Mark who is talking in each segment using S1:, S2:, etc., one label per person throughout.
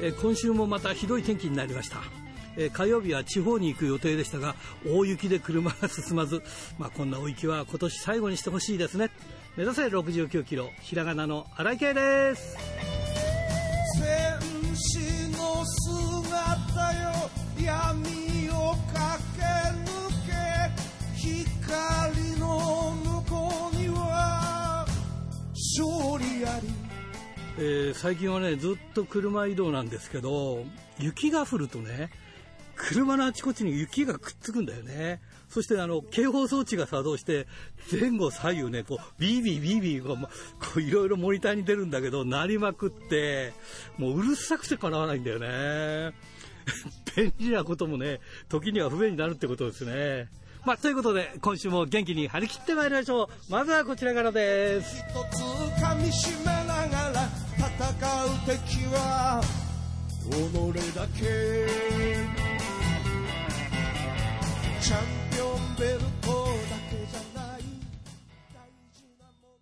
S1: え今週もまたひどい天気になりましたえ火曜日は地方に行く予定でしたが大雪で車が進まず、まあ、こんな大雪は今年最後にしてほしいですね目指せ6 9キロひらがなの荒井圭です
S2: 戦士の姿よ闇を駆け抜け光の向こうには勝利あり
S1: えー最近はねずっと車移動なんですけど雪が降るとね車のあちこちに雪がくっつくんだよねそしてあの警報装置が作動して前後左右ねこうビービービービーこうまこういろいろモニターに出るんだけど鳴りまくってもううるさくてかなわないんだよね 便利なこともね時には不便になるってことですねまあということで今週も元気に張り切ってまいりましょうまずはこちらからです
S2: 一つ噛みしめながら戦う敵は己だけチャンピオンベルトだけじゃない大事なものに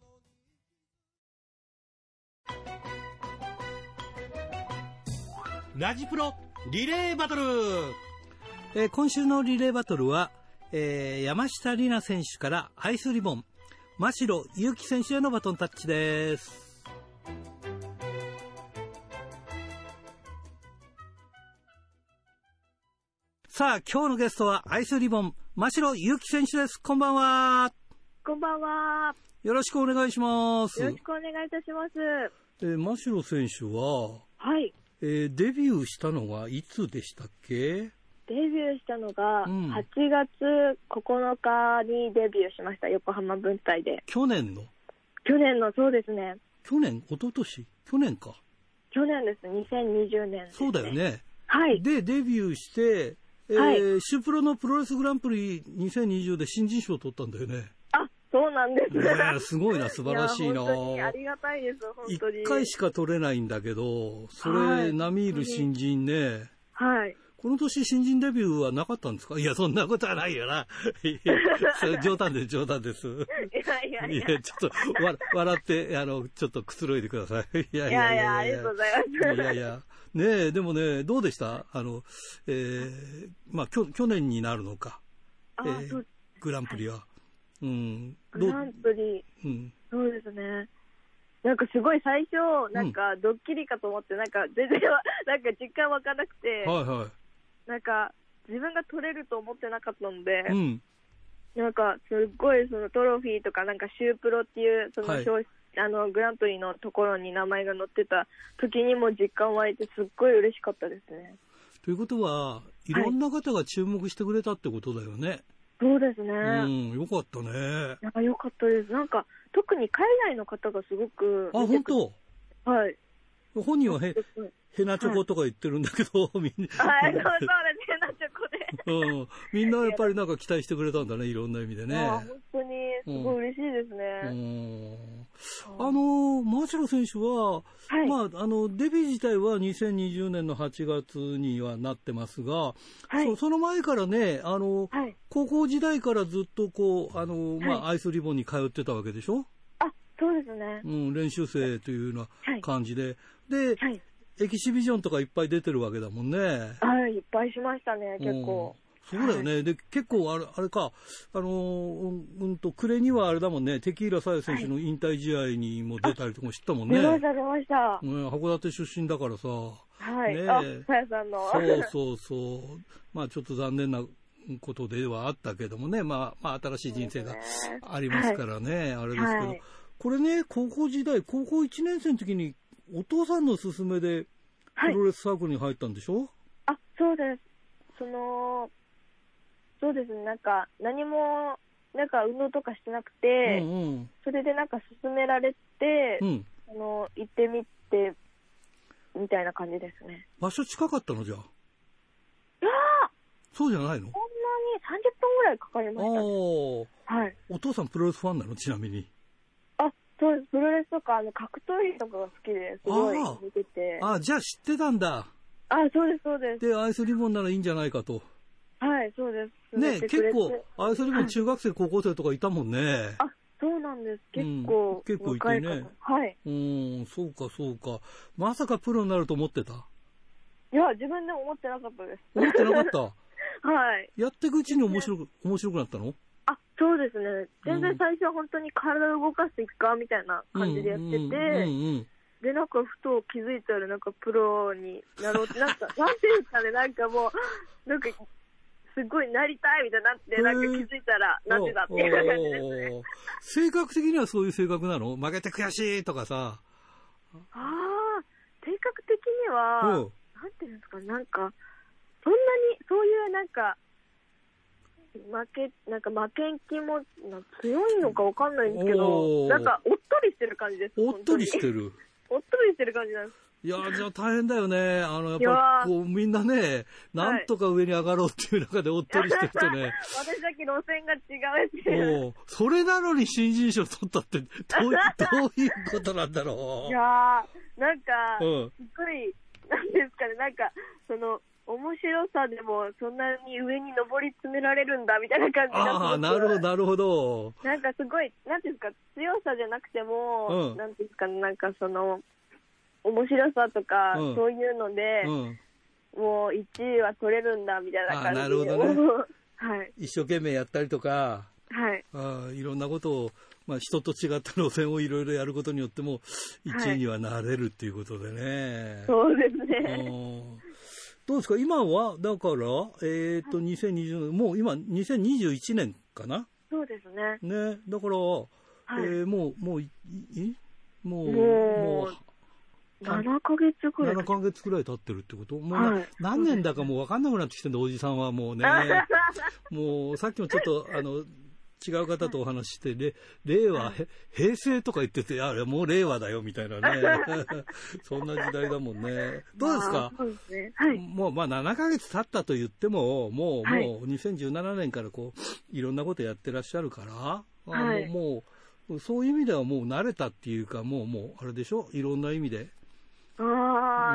S3: ラジプロリレーバトル
S1: えー今週のリレーバトルは、えー山下里奈選手からアイスリボン、真城祐希選手へのバトンタッチです。さあ、今日のゲストはアイスリボン、真城祐希選手です。こんばんは。
S4: こんばんは。
S1: よろしくお願いします。
S4: よろしくお願いいたします。
S1: えー真城選手は、
S4: はい。
S1: えーデビューしたのはいつでしたっけ
S4: デビューしたのが、
S1: うん
S4: 8月9日にデビューしました、横浜文体で。
S1: 去年の
S4: 去年の、そうですね。
S1: 去年一昨年去年か。
S4: 去年です、2020年です、
S1: そうだよ。ね。
S4: はい。
S1: で、デビューして、えー
S4: はい
S1: シュプロのプロレスグランプリ2020で新人賞を取ったんだよ ね。
S4: あ、そうなんです。
S1: ねえすごいな素晴らしいな
S4: や本当にありがたいです、本
S1: 一
S4: 当に。
S1: 回しか取れないんだけど、それ、
S4: はい
S1: 並みいる新人ね。
S4: はい。
S1: この年新人デビューはなかったんですかいや、そんなことはないよ な。いやそれ冗談です、冗談です。
S4: いやいや
S1: い
S4: いや。
S1: や、ちょっと、わ、笑って、あの、ちょっとくつろいでください。いや
S4: いやいや、ありがとうございます。
S1: いやいや、ねえ、でもね、どうでしたあの、えーまあ、きょ去年になるのか、
S4: あ、
S1: えー
S4: そう、
S1: グランプリは。うん、
S4: グ
S1: どう
S4: ランプリ。
S1: うん、
S4: そうですね。なんかすごい最初、なんかドッキリかと思って、なんか全然わ、 なんか実感湧かなくて、
S1: はいは
S4: なんか自分が取れると思ってなかったので
S1: い。う、ん、
S4: なんかすっごいそのトロフィーとか、なんかシュープロっていう、その
S1: はい
S4: 表、あのグランプリのところに名前が載ってた時にも実感湧いて、すっごい嬉しかったですね。
S1: ということは、いろんな方が注目してくれたってことだよね。
S4: そうですね。
S1: うん、よかったね。あ、
S4: なんか良かったです。なんか特に海外の方がすごく見て
S1: 本
S4: くれ、
S1: 当
S4: はい。
S1: 本人はへ、
S4: すごい
S1: へなチョコとか言ってるんだけど、みんな、
S4: はい、そうそうですね、なチョコで。
S1: うん、みんなやっぱりなんか期待してくれたんだね、いろんな意味でね。
S4: ああ本当にすごい嬉しいです
S1: う
S4: ね。
S1: んあの、マシロ選手は、
S4: はい
S1: まあ、あの、デビュー自体は2020年の8月にはなってますが、
S4: はい
S1: そその前からね、あの、
S4: はい。
S1: 高校時代からずっとこう、あの、まあ、アイスリボンに通ってたわけでしょ
S4: あ、そうですね
S1: う。ん、練習生というよう
S4: は
S1: ない感じで。で、
S4: はい。
S1: エキシビジョンとかいっぱい出てるわけだもんね。
S4: はい、いっぱいしましたね、結構。
S1: うん。そうだよね。で、結構あれ、あれか、あのー、うんうんと、暮れにはあれだもんね、テキーラさや選手の引退試合にも出たりとかも知ったもんね。
S4: 出ました、出ました。は
S1: ね、函館出身だからさ、
S4: い。
S1: ねえ
S4: あ、さやさんの。
S1: そうそうそう、まあちょっと残念なことではあったけどもね、まあ、まあ新しい人生がありますからね、あれですけど、
S4: はい
S1: これね、高校時代、高校1年生の時にお父さんの勧めでプ
S4: はい
S1: ロレスサークルに入ったんでしょ、
S4: あ、そうです。その、そうですね、なんか、何も、なんか運動とかしてなくて、
S1: うんうん。
S4: それでなんか勧められて
S1: う、ん。
S4: あの、行ってみて、みたいな感じですね。
S1: 場所近かったのじゃあ。
S4: いやー、
S1: そうじゃないの
S4: こんなに30分ぐらいかかり
S1: あ
S4: ま
S1: あ
S4: したね。
S1: ー。
S4: はい。
S1: お父さんプロレスファンなのちなみに。
S4: あ、そうです。プロレスとか、あの、格闘技とかが好きですごい
S1: ああ
S4: 見てて。あ
S1: ああ、じゃあ知ってたんだ。
S4: そうです、そうです。
S1: で、アイスリボンならいいんじゃないかと。
S4: はい、そうです。
S1: ね
S4: 勧めてく
S1: 結
S4: れて
S1: 構、あれそれも中学生、高校生とかいたもんね。
S4: あ、そうなんです。結
S1: うん
S4: 構、
S1: 結構いてね
S4: 若い方はい。
S1: うーん、そうか、そうか。まさかプロになると思ってた。
S4: いや、自分でも思ってなかったです。
S1: 思ってなかった。
S4: はい。
S1: やっていくうちに面白く、面白くなったの
S4: あ、そうですね。全然最初は本当に体を動かしていくかみたいな感じでやってて、
S1: うんうんうんうん
S4: で、なんかふと気づいたら、なんかプロになろうって、な んか、なんていうんですかね、なんかもう、なんか、すごいなりたいみたいになって、なんか気づいたら、なってたっていう感じですね。
S1: おー性格的にはそういう性格なの負けて悔しいとかさ。
S4: あ あ、性格的には、
S1: う
S4: なん
S1: ん
S4: ていうんですか、なんか、そんなに、そういうなんか、負け、なんか負けん気もな強いのかわかんないんですけ
S1: お
S4: ど、
S1: ー
S4: なんか、おっとりしてる感じです。
S1: おっとりして
S4: る。
S1: る。
S4: おっとりしてる感じなんです。
S1: いやー、じゃあ大変だよね。あの、やっ
S4: いや
S1: ぱ
S4: ー
S1: りこうみんなね、なんとか上に上がろうっていう中でおっとりしてるとね。
S4: 私だけ路線が違うし。
S1: おーそれなのに新人賞取ったって、どういどういうことなんだろ
S4: いやー、なんか
S1: う。、うん。
S4: すごい、なんですかね、なんか、その、面白さでも、そんなに上に登り詰められるんだ、みたいな感 じ
S1: ああ、
S4: が
S1: なるほど、
S4: ど。
S1: なるほど。
S4: なんかすごい、なんていうんですか、強さじゃなくても、
S1: うん
S4: なんていうんですかね、なんかその、面白さとか、
S1: うん
S4: そういうので、
S1: うん。
S4: もう1位は取れるんだ、みたいな感じで。
S1: あーなるほどね
S4: はい。
S1: 一生懸命やったりとか、
S4: はい。
S1: あーいろんなことを、まあ、人と違った路線をいろいろやることによっても、
S4: はい
S1: 1位にはなれるっていうことでね。
S4: そうです
S1: う
S4: ね。
S1: んどうですか今は、だから、えっと、2020年、もう今、2021年かな
S4: そうですね。
S1: ね。だから、
S4: はい
S1: えーもう、もうい、いもう、
S4: もう
S1: もう、
S4: 7ヶ月くらい。
S1: 7ヶ月くらい経ってるってこともうな、
S4: はい
S1: 何年だかもう分かんなくなってきてんだ、おじさんは もうね。もうさっきもちょっと、あの、違う方とお話しして、れ令和、へ平成とか言ってて、あれもう令和だよみたいな ね。そんな時代だもんね。どうですか
S4: あーそうですね。はい。
S1: もうまあ7ヶ月経ったと言っても、もう、
S4: はい
S1: もう2017年からこう、いろんなことやってらっしゃるから、あの
S4: はい
S1: もう、そういう意味ではもう慣れたっていうか、もう、もう、あれでしょいろんな意味で。
S4: あ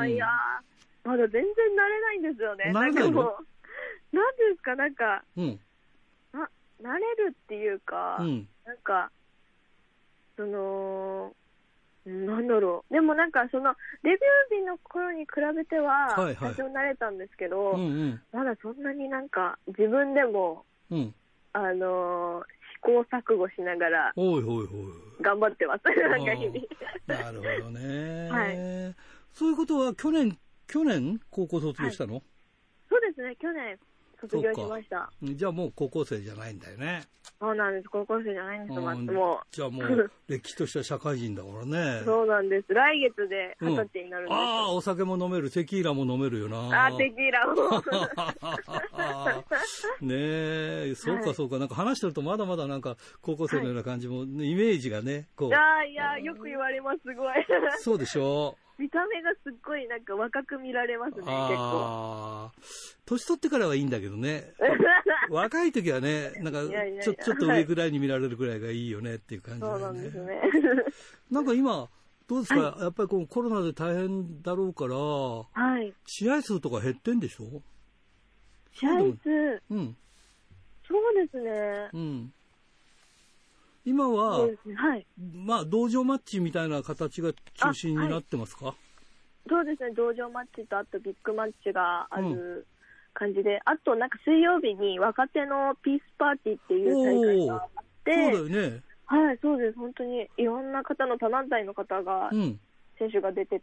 S4: あ、
S1: うん
S4: いやーまだ全然慣れないんですよね。
S1: 慣れないの
S4: んかもう、なんていうんですか、なんか、
S1: うん。
S4: な、慣れるっていうか、
S1: うん。
S4: なんか、その、なんだろう。でもなんか、その、デビュー日の頃に比べては、
S1: はいはい
S4: 多少慣れたんですけど、
S1: うんうん。
S4: まだそんなになんか、自分でも、
S1: うん。
S4: あのー試行錯誤しながら
S1: おいおいおい。
S4: 頑張ってます。なんか日々。
S1: なるほどね。
S4: は
S1: そういうことは去年、去年高校卒業したの、
S4: そうですね、去年、卒業しました。
S1: じゃあもう高校生じゃないんだよね。
S4: そうなんです。高校生じゃないんですよ、まず
S1: うん
S4: も
S1: じゃあも う、れっきとした社会人だからね
S4: う。。そうなんです。来月で二十歳になるんですよ。
S1: ああ、お酒も飲める、テキーラも飲めるよな。
S4: あー、テキーラも。
S1: ねえ、そう
S4: は
S1: か
S4: い
S1: そうか、なんか話してるとまだまだなんか高校生のような感じも、イメージがね、こう、
S4: あ ーいや、よく言われます、すごい。
S1: そうでしょ
S4: 見た目がすっごいなんか若く見られますね、
S1: う。
S4: 結構。
S1: ああ、年取ってからはいいんだけどね。 若い時はね、なんか
S4: いやいやいや
S1: ちょ、ちょっと上ぐらいに見られるぐらいがいいよねっていう感じだ
S4: そうな
S1: よ
S4: ん
S1: ね。
S4: ですね。
S1: なんか今、どうですか、やっぱりこうコロナで大変だろうから、
S4: はい。
S1: 試合数とか減ってんでしょ
S4: 試合数、
S1: うん、
S4: そうですね。
S1: うん。今は、
S4: そうですね。はい。
S1: まあ、同情マッチみたいな形が中心になってますか、
S4: そうですね、同情マッチとあとビッグマッチがある感じで、あとなんか水曜日に若手のピースパーティーっていう大会があって、
S1: そうだよね。
S4: はい、そうです。本当にいろんな方の他団体の方が
S1: う、ん、
S4: 選手が出て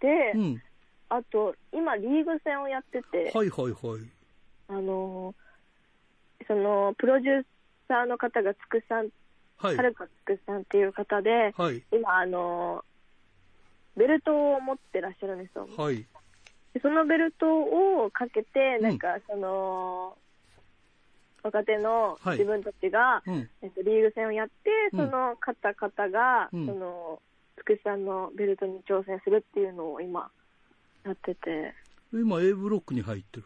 S4: て、
S1: うん。
S4: あと、今リーグ戦をやってて、
S1: はいはいはい。
S4: あのー、その、プロデューサーの方がつくさん、
S1: はい。
S4: はるかつくさんっていう方で、
S1: はい。
S4: 今、あのー、ベルトを持ってらっしゃるんですよ。
S1: はい。
S4: でそのベルトをかけて、
S1: うん
S4: なんか、その、若手の
S1: はい
S4: 自分たちが、
S1: うん。
S4: えっと、リーグ戦をやって、
S1: う
S4: そ
S1: ん
S4: の勝った方が、
S1: うん
S4: その、つくしさんのベルトに挑戦するっていうのを今、やってて、
S1: 今、A ブロックに入ってる。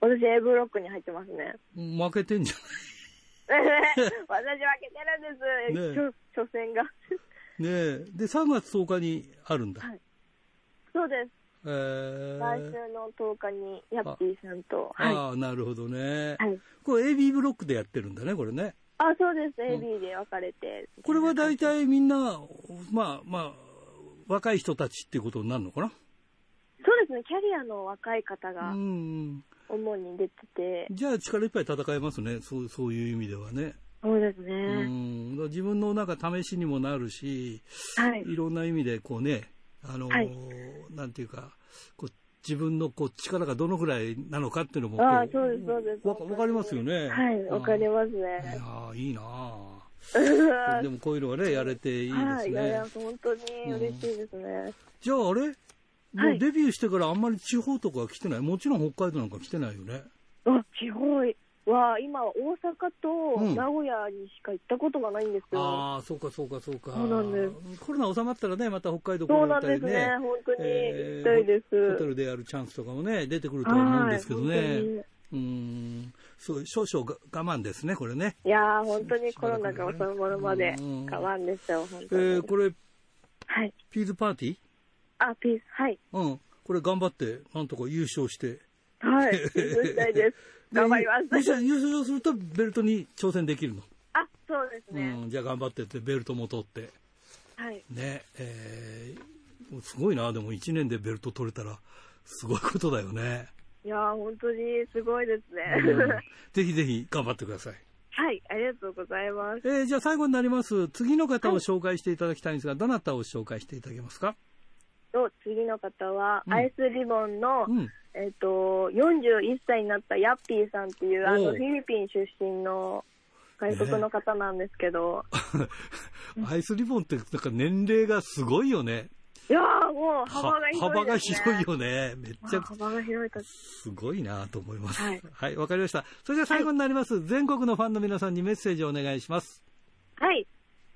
S4: 私 A ブロックに入ってま すね。
S1: 負けてんじゃ
S4: 私負けてるんです、
S1: ね
S4: 初初戦が。
S1: ないねえ。で、3月10日にあるんだ。
S4: はいそうです。
S1: えー
S4: 来週の10日に、ヤッピーさんと。はい。は
S1: ああ、なるほどね。
S4: い。
S1: これ AB ブロックでやってるんだね、これね。
S4: あ、そうです。AB で分かれて。
S1: これは大体みんな、まあまあ、若い人たちっていうことになるのかな
S4: そうですですね、キャリアの若い方
S1: う
S4: が
S1: ん。
S4: 主に出てて、
S1: じゃあ力いっぱい戦えますね。そう、そういう意味ではね。
S4: そうですね、
S1: うん。だから自分のなんか試しにもなるし、
S4: はい、
S1: いろんな意味でこうね、あのー
S4: はい
S1: なんていうか、こう自分のこう力がどのぐらいなのかっていうのもこ
S4: ああそうですそうです
S1: わかわかりますよね。
S4: はい、わかり
S1: ま
S4: ます
S1: いや
S4: ね。
S1: ーいいなあ
S4: うわ
S1: でもこういうのはね、やれていいで
S4: は
S1: す
S4: い、い
S1: ね。
S4: やいや、本当に嬉しいですね。
S1: じゃああれ
S4: は
S1: もう
S4: い
S1: デビューしてからあんまり地方とかは来てない。もちろん北海道なんか来てないよね。
S4: あ地方は今、大阪と
S1: うん
S4: 名古屋にしか行ったことがないんですよ。
S1: ああ、そうかそうかそうか。
S4: そうなんで
S1: コロナ収まったらね、また北海道来
S4: そう
S1: られ
S4: なん
S1: た
S4: で
S1: り
S4: すね
S1: ね。、
S4: 本当に
S1: え
S4: 行きた
S1: ー
S4: いです。
S1: ホテルでやるチャンスとかもね、出てくるとは思うんですけど
S4: はい
S1: ね
S4: 本当に。
S1: うーん、そう、少々が我慢ですね、これね。
S4: いやー、本当にコロナが収まるまで
S1: うん
S4: 我慢でしたよ、本
S1: え
S4: 当に。
S1: ーこれ、
S4: はい。
S1: ピーズパーティー
S4: あ、ピース、はい。
S1: うん。これ頑張って、なんとか優勝して。
S4: はい。優勝したいです。
S1: で
S4: 頑張りま
S1: 優
S4: す。
S1: 勝優勝するとベルトに挑戦できるの。
S4: あ、そうですね。
S1: うん。じゃあ頑張ってって、ベルトも取って。
S4: はい。
S1: ね。えーすごいな、でも1年でベルト取れたら、すごいことだよね。
S4: いやー、本当にすごいですね。
S1: うんぜひぜひ頑張ってください。
S4: はい、ありがとうございます。
S1: えーじゃあ最後になります。次の方を紹介していただきたいんですが、どなたを紹介していただけますか
S4: と、次の方は、
S1: うん
S4: アイスリボンの、
S1: うん。
S4: えっ、と、41歳になったヤッピーさんっていう、あ
S1: お
S4: の、
S1: う
S4: フィリピン出身の外国の方なんですけど、
S1: アイスリボンって、なんか年齢がすごいよね。
S4: いやー、もう幅が
S1: は幅
S4: 広い
S1: が
S4: です、ね。
S1: 広いよね。めっちゃ
S4: あ幅が広いです。
S1: すごいなと思います。は
S4: はいい、
S1: わ、かりました。それでは最後になります、全国のファンの皆さんにメッセージをお願いします。
S4: はい。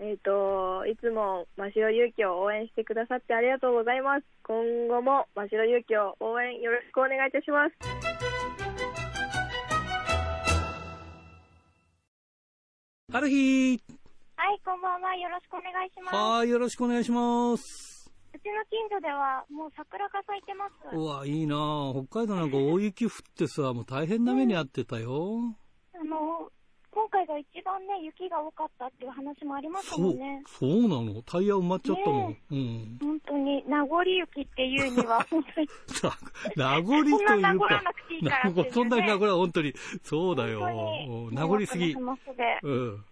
S4: えっ、と、いつも、真白勇気を応援してくださってありがとうございます。今後も、真白勇気を応援よろしくお願いいたします。
S1: ある日、
S5: はい、こんばんは。よろしくお願いします。
S1: はい、よろしくお願いします。
S5: うちの近所では、もう桜が咲いてます。う
S1: うわ、いいな北海道なんか大雪降ってさ、もう大変な目に遭ってたよ。
S5: あの、今回が一番ね、雪が多かったっていう話もあります
S1: そ
S5: も
S1: うん
S5: ね。、
S1: そうなの。タイヤ埋まっちゃったもん。
S5: ね
S1: うん。
S5: 本当に、名残雪っていう には、本当に、
S1: な名残というか。
S5: そんな名残らなくていいからっていうね
S1: なそんな名残は本当に、そうだよ。
S5: 本当に、
S1: 名残すぎ
S5: も。うこの話で、
S1: うん。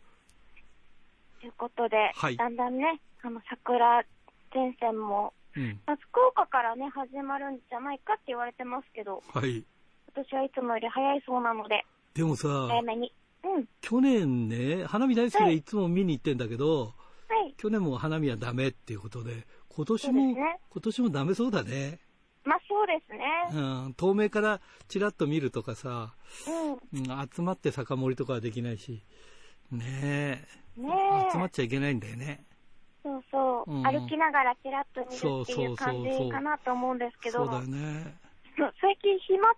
S5: ということで、
S1: はい
S5: だんだんね、あの、桜前線も、
S1: うん。
S5: まあ福岡からね、始まるんじゃないかって言われてますけど、
S1: はい。
S5: 今年はいつもより早いそうなので、
S1: でもさ、
S5: 早めに。うん。は
S1: 去年ね、花火大好き
S5: は
S1: で
S5: い
S1: いつも見に行ってんだけど、
S5: い。
S1: 去年も花見はダメっていうことで、今年
S5: そう
S1: も、
S5: ですね
S1: 今年もダメそうだね。
S5: まあ、そうですね。
S1: うん、遠目からちらっと見るとかさ、
S5: うん。
S1: うん集まって酒盛りとかはできないし、ね
S5: ね
S1: え
S5: え。、
S1: 集まっちゃいけないんだよね。
S5: そうそう、
S1: うん
S5: 歩きながらちらっと見
S1: そう
S5: るってい
S1: そう
S5: う
S1: そう
S5: 感
S1: そう
S5: じかなと思うんですけ
S1: そ
S5: ど
S1: う、だよね。
S5: そう最近、飛沫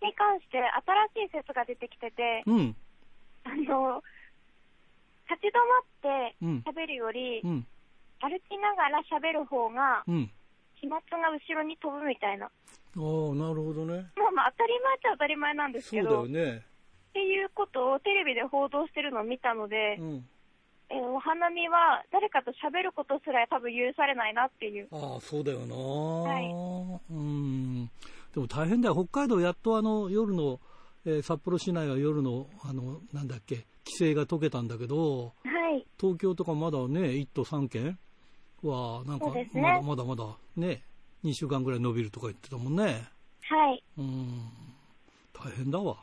S5: に関して新しい説が出てきてて、
S1: うん、
S5: あの立ち止まって
S1: うん
S5: 喋るより、
S1: うん、
S5: 歩きながら喋る方が、
S1: うん。
S5: 飛沫が後ろに飛ぶみたいな、
S1: ああ、なるほどね。
S5: まあまあ、当たり前っちゃ当たり前なんです
S1: そう
S5: け
S1: だ
S5: ど、
S1: よ
S5: っ
S1: ね。
S5: ていうことをテレビで報道してるのを見たので
S1: う、ん。
S5: えーお花見は誰かと喋ることすら多分許されないなっていう。
S1: ああ、そうだよな、
S5: い
S1: うん。でも大変だよ。北海道やっとあの、夜の、えー札幌市内は夜の、あの、なんだっけ、規制が解けたんだけど、
S5: はい
S1: 東京とかまだね、1都3県は、なんか、
S5: そうです
S1: ま
S5: ね
S1: だまだまだ、ね、2週間ぐらい伸びるとか言ってたもんね。
S5: はい
S1: うん。大変だわ。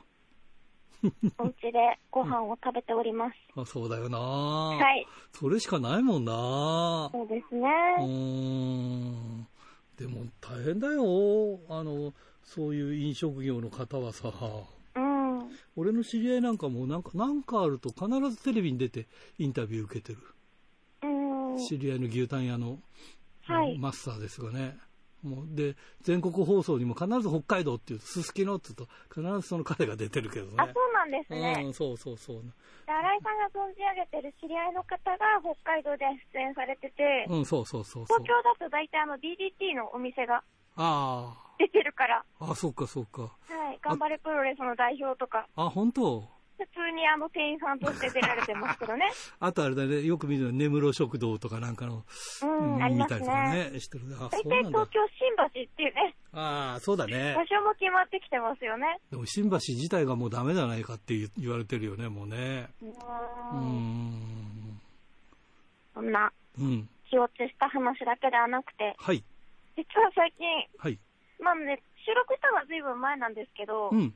S5: お家でご飯を食べております。
S1: あそうだよな
S5: はい。
S1: それしかないもんな
S5: そうですね。
S1: うーんでも大変だよ。あの、そういう飲食業の方はさ、
S5: うん。
S1: 俺の知り合いなんかもなんか、なんかあると必ずテレビに出てインタビュー受けてる。
S5: うん。
S1: 知り合いの牛タン屋の、
S5: はい
S1: マスターですがね。もうで、全国放送にも必ず北海道っていうと、すすきのって言うと、必ずその彼が出てるけどね。
S5: あ、そうなんです
S1: う
S5: ね。
S1: ん、そうそうそう。
S5: で新井さんが存じ上げてる知り合いの方が北海道で出演されてて、
S1: うん、そうそうそうそう
S5: 東。京だと大体あの DDT のお店が
S1: あ
S5: 出てるから、
S1: あ、あ、そうかそうか。
S5: はい。頑張れプロレスの代表とか、
S1: あ、本当
S5: そ普通にあの店員さんとして出られてますけどね。
S1: あとあれだね、よく見るのは根室食堂とかなんかの、
S5: うん、あり
S1: 見
S5: ま
S1: た
S5: す
S1: りとか
S5: ね。
S1: ね、してる。あ、
S5: 大
S1: そう
S5: 体
S1: なんだ
S5: 東。京新橋っていうね、
S1: ああ、そうだね
S5: 場。所も決まってきてますよね。
S1: でも新橋自体がもうダメじゃないかって言言われてるよね、もうね。
S5: う
S1: うー
S5: ーん。
S1: ん。
S5: そんな
S1: うん。
S5: 気落ちした話だけではなくて、
S1: はい。
S5: 実は最近、
S1: はい。
S5: まあね、収録したのは随分前なんですけど、
S1: うん。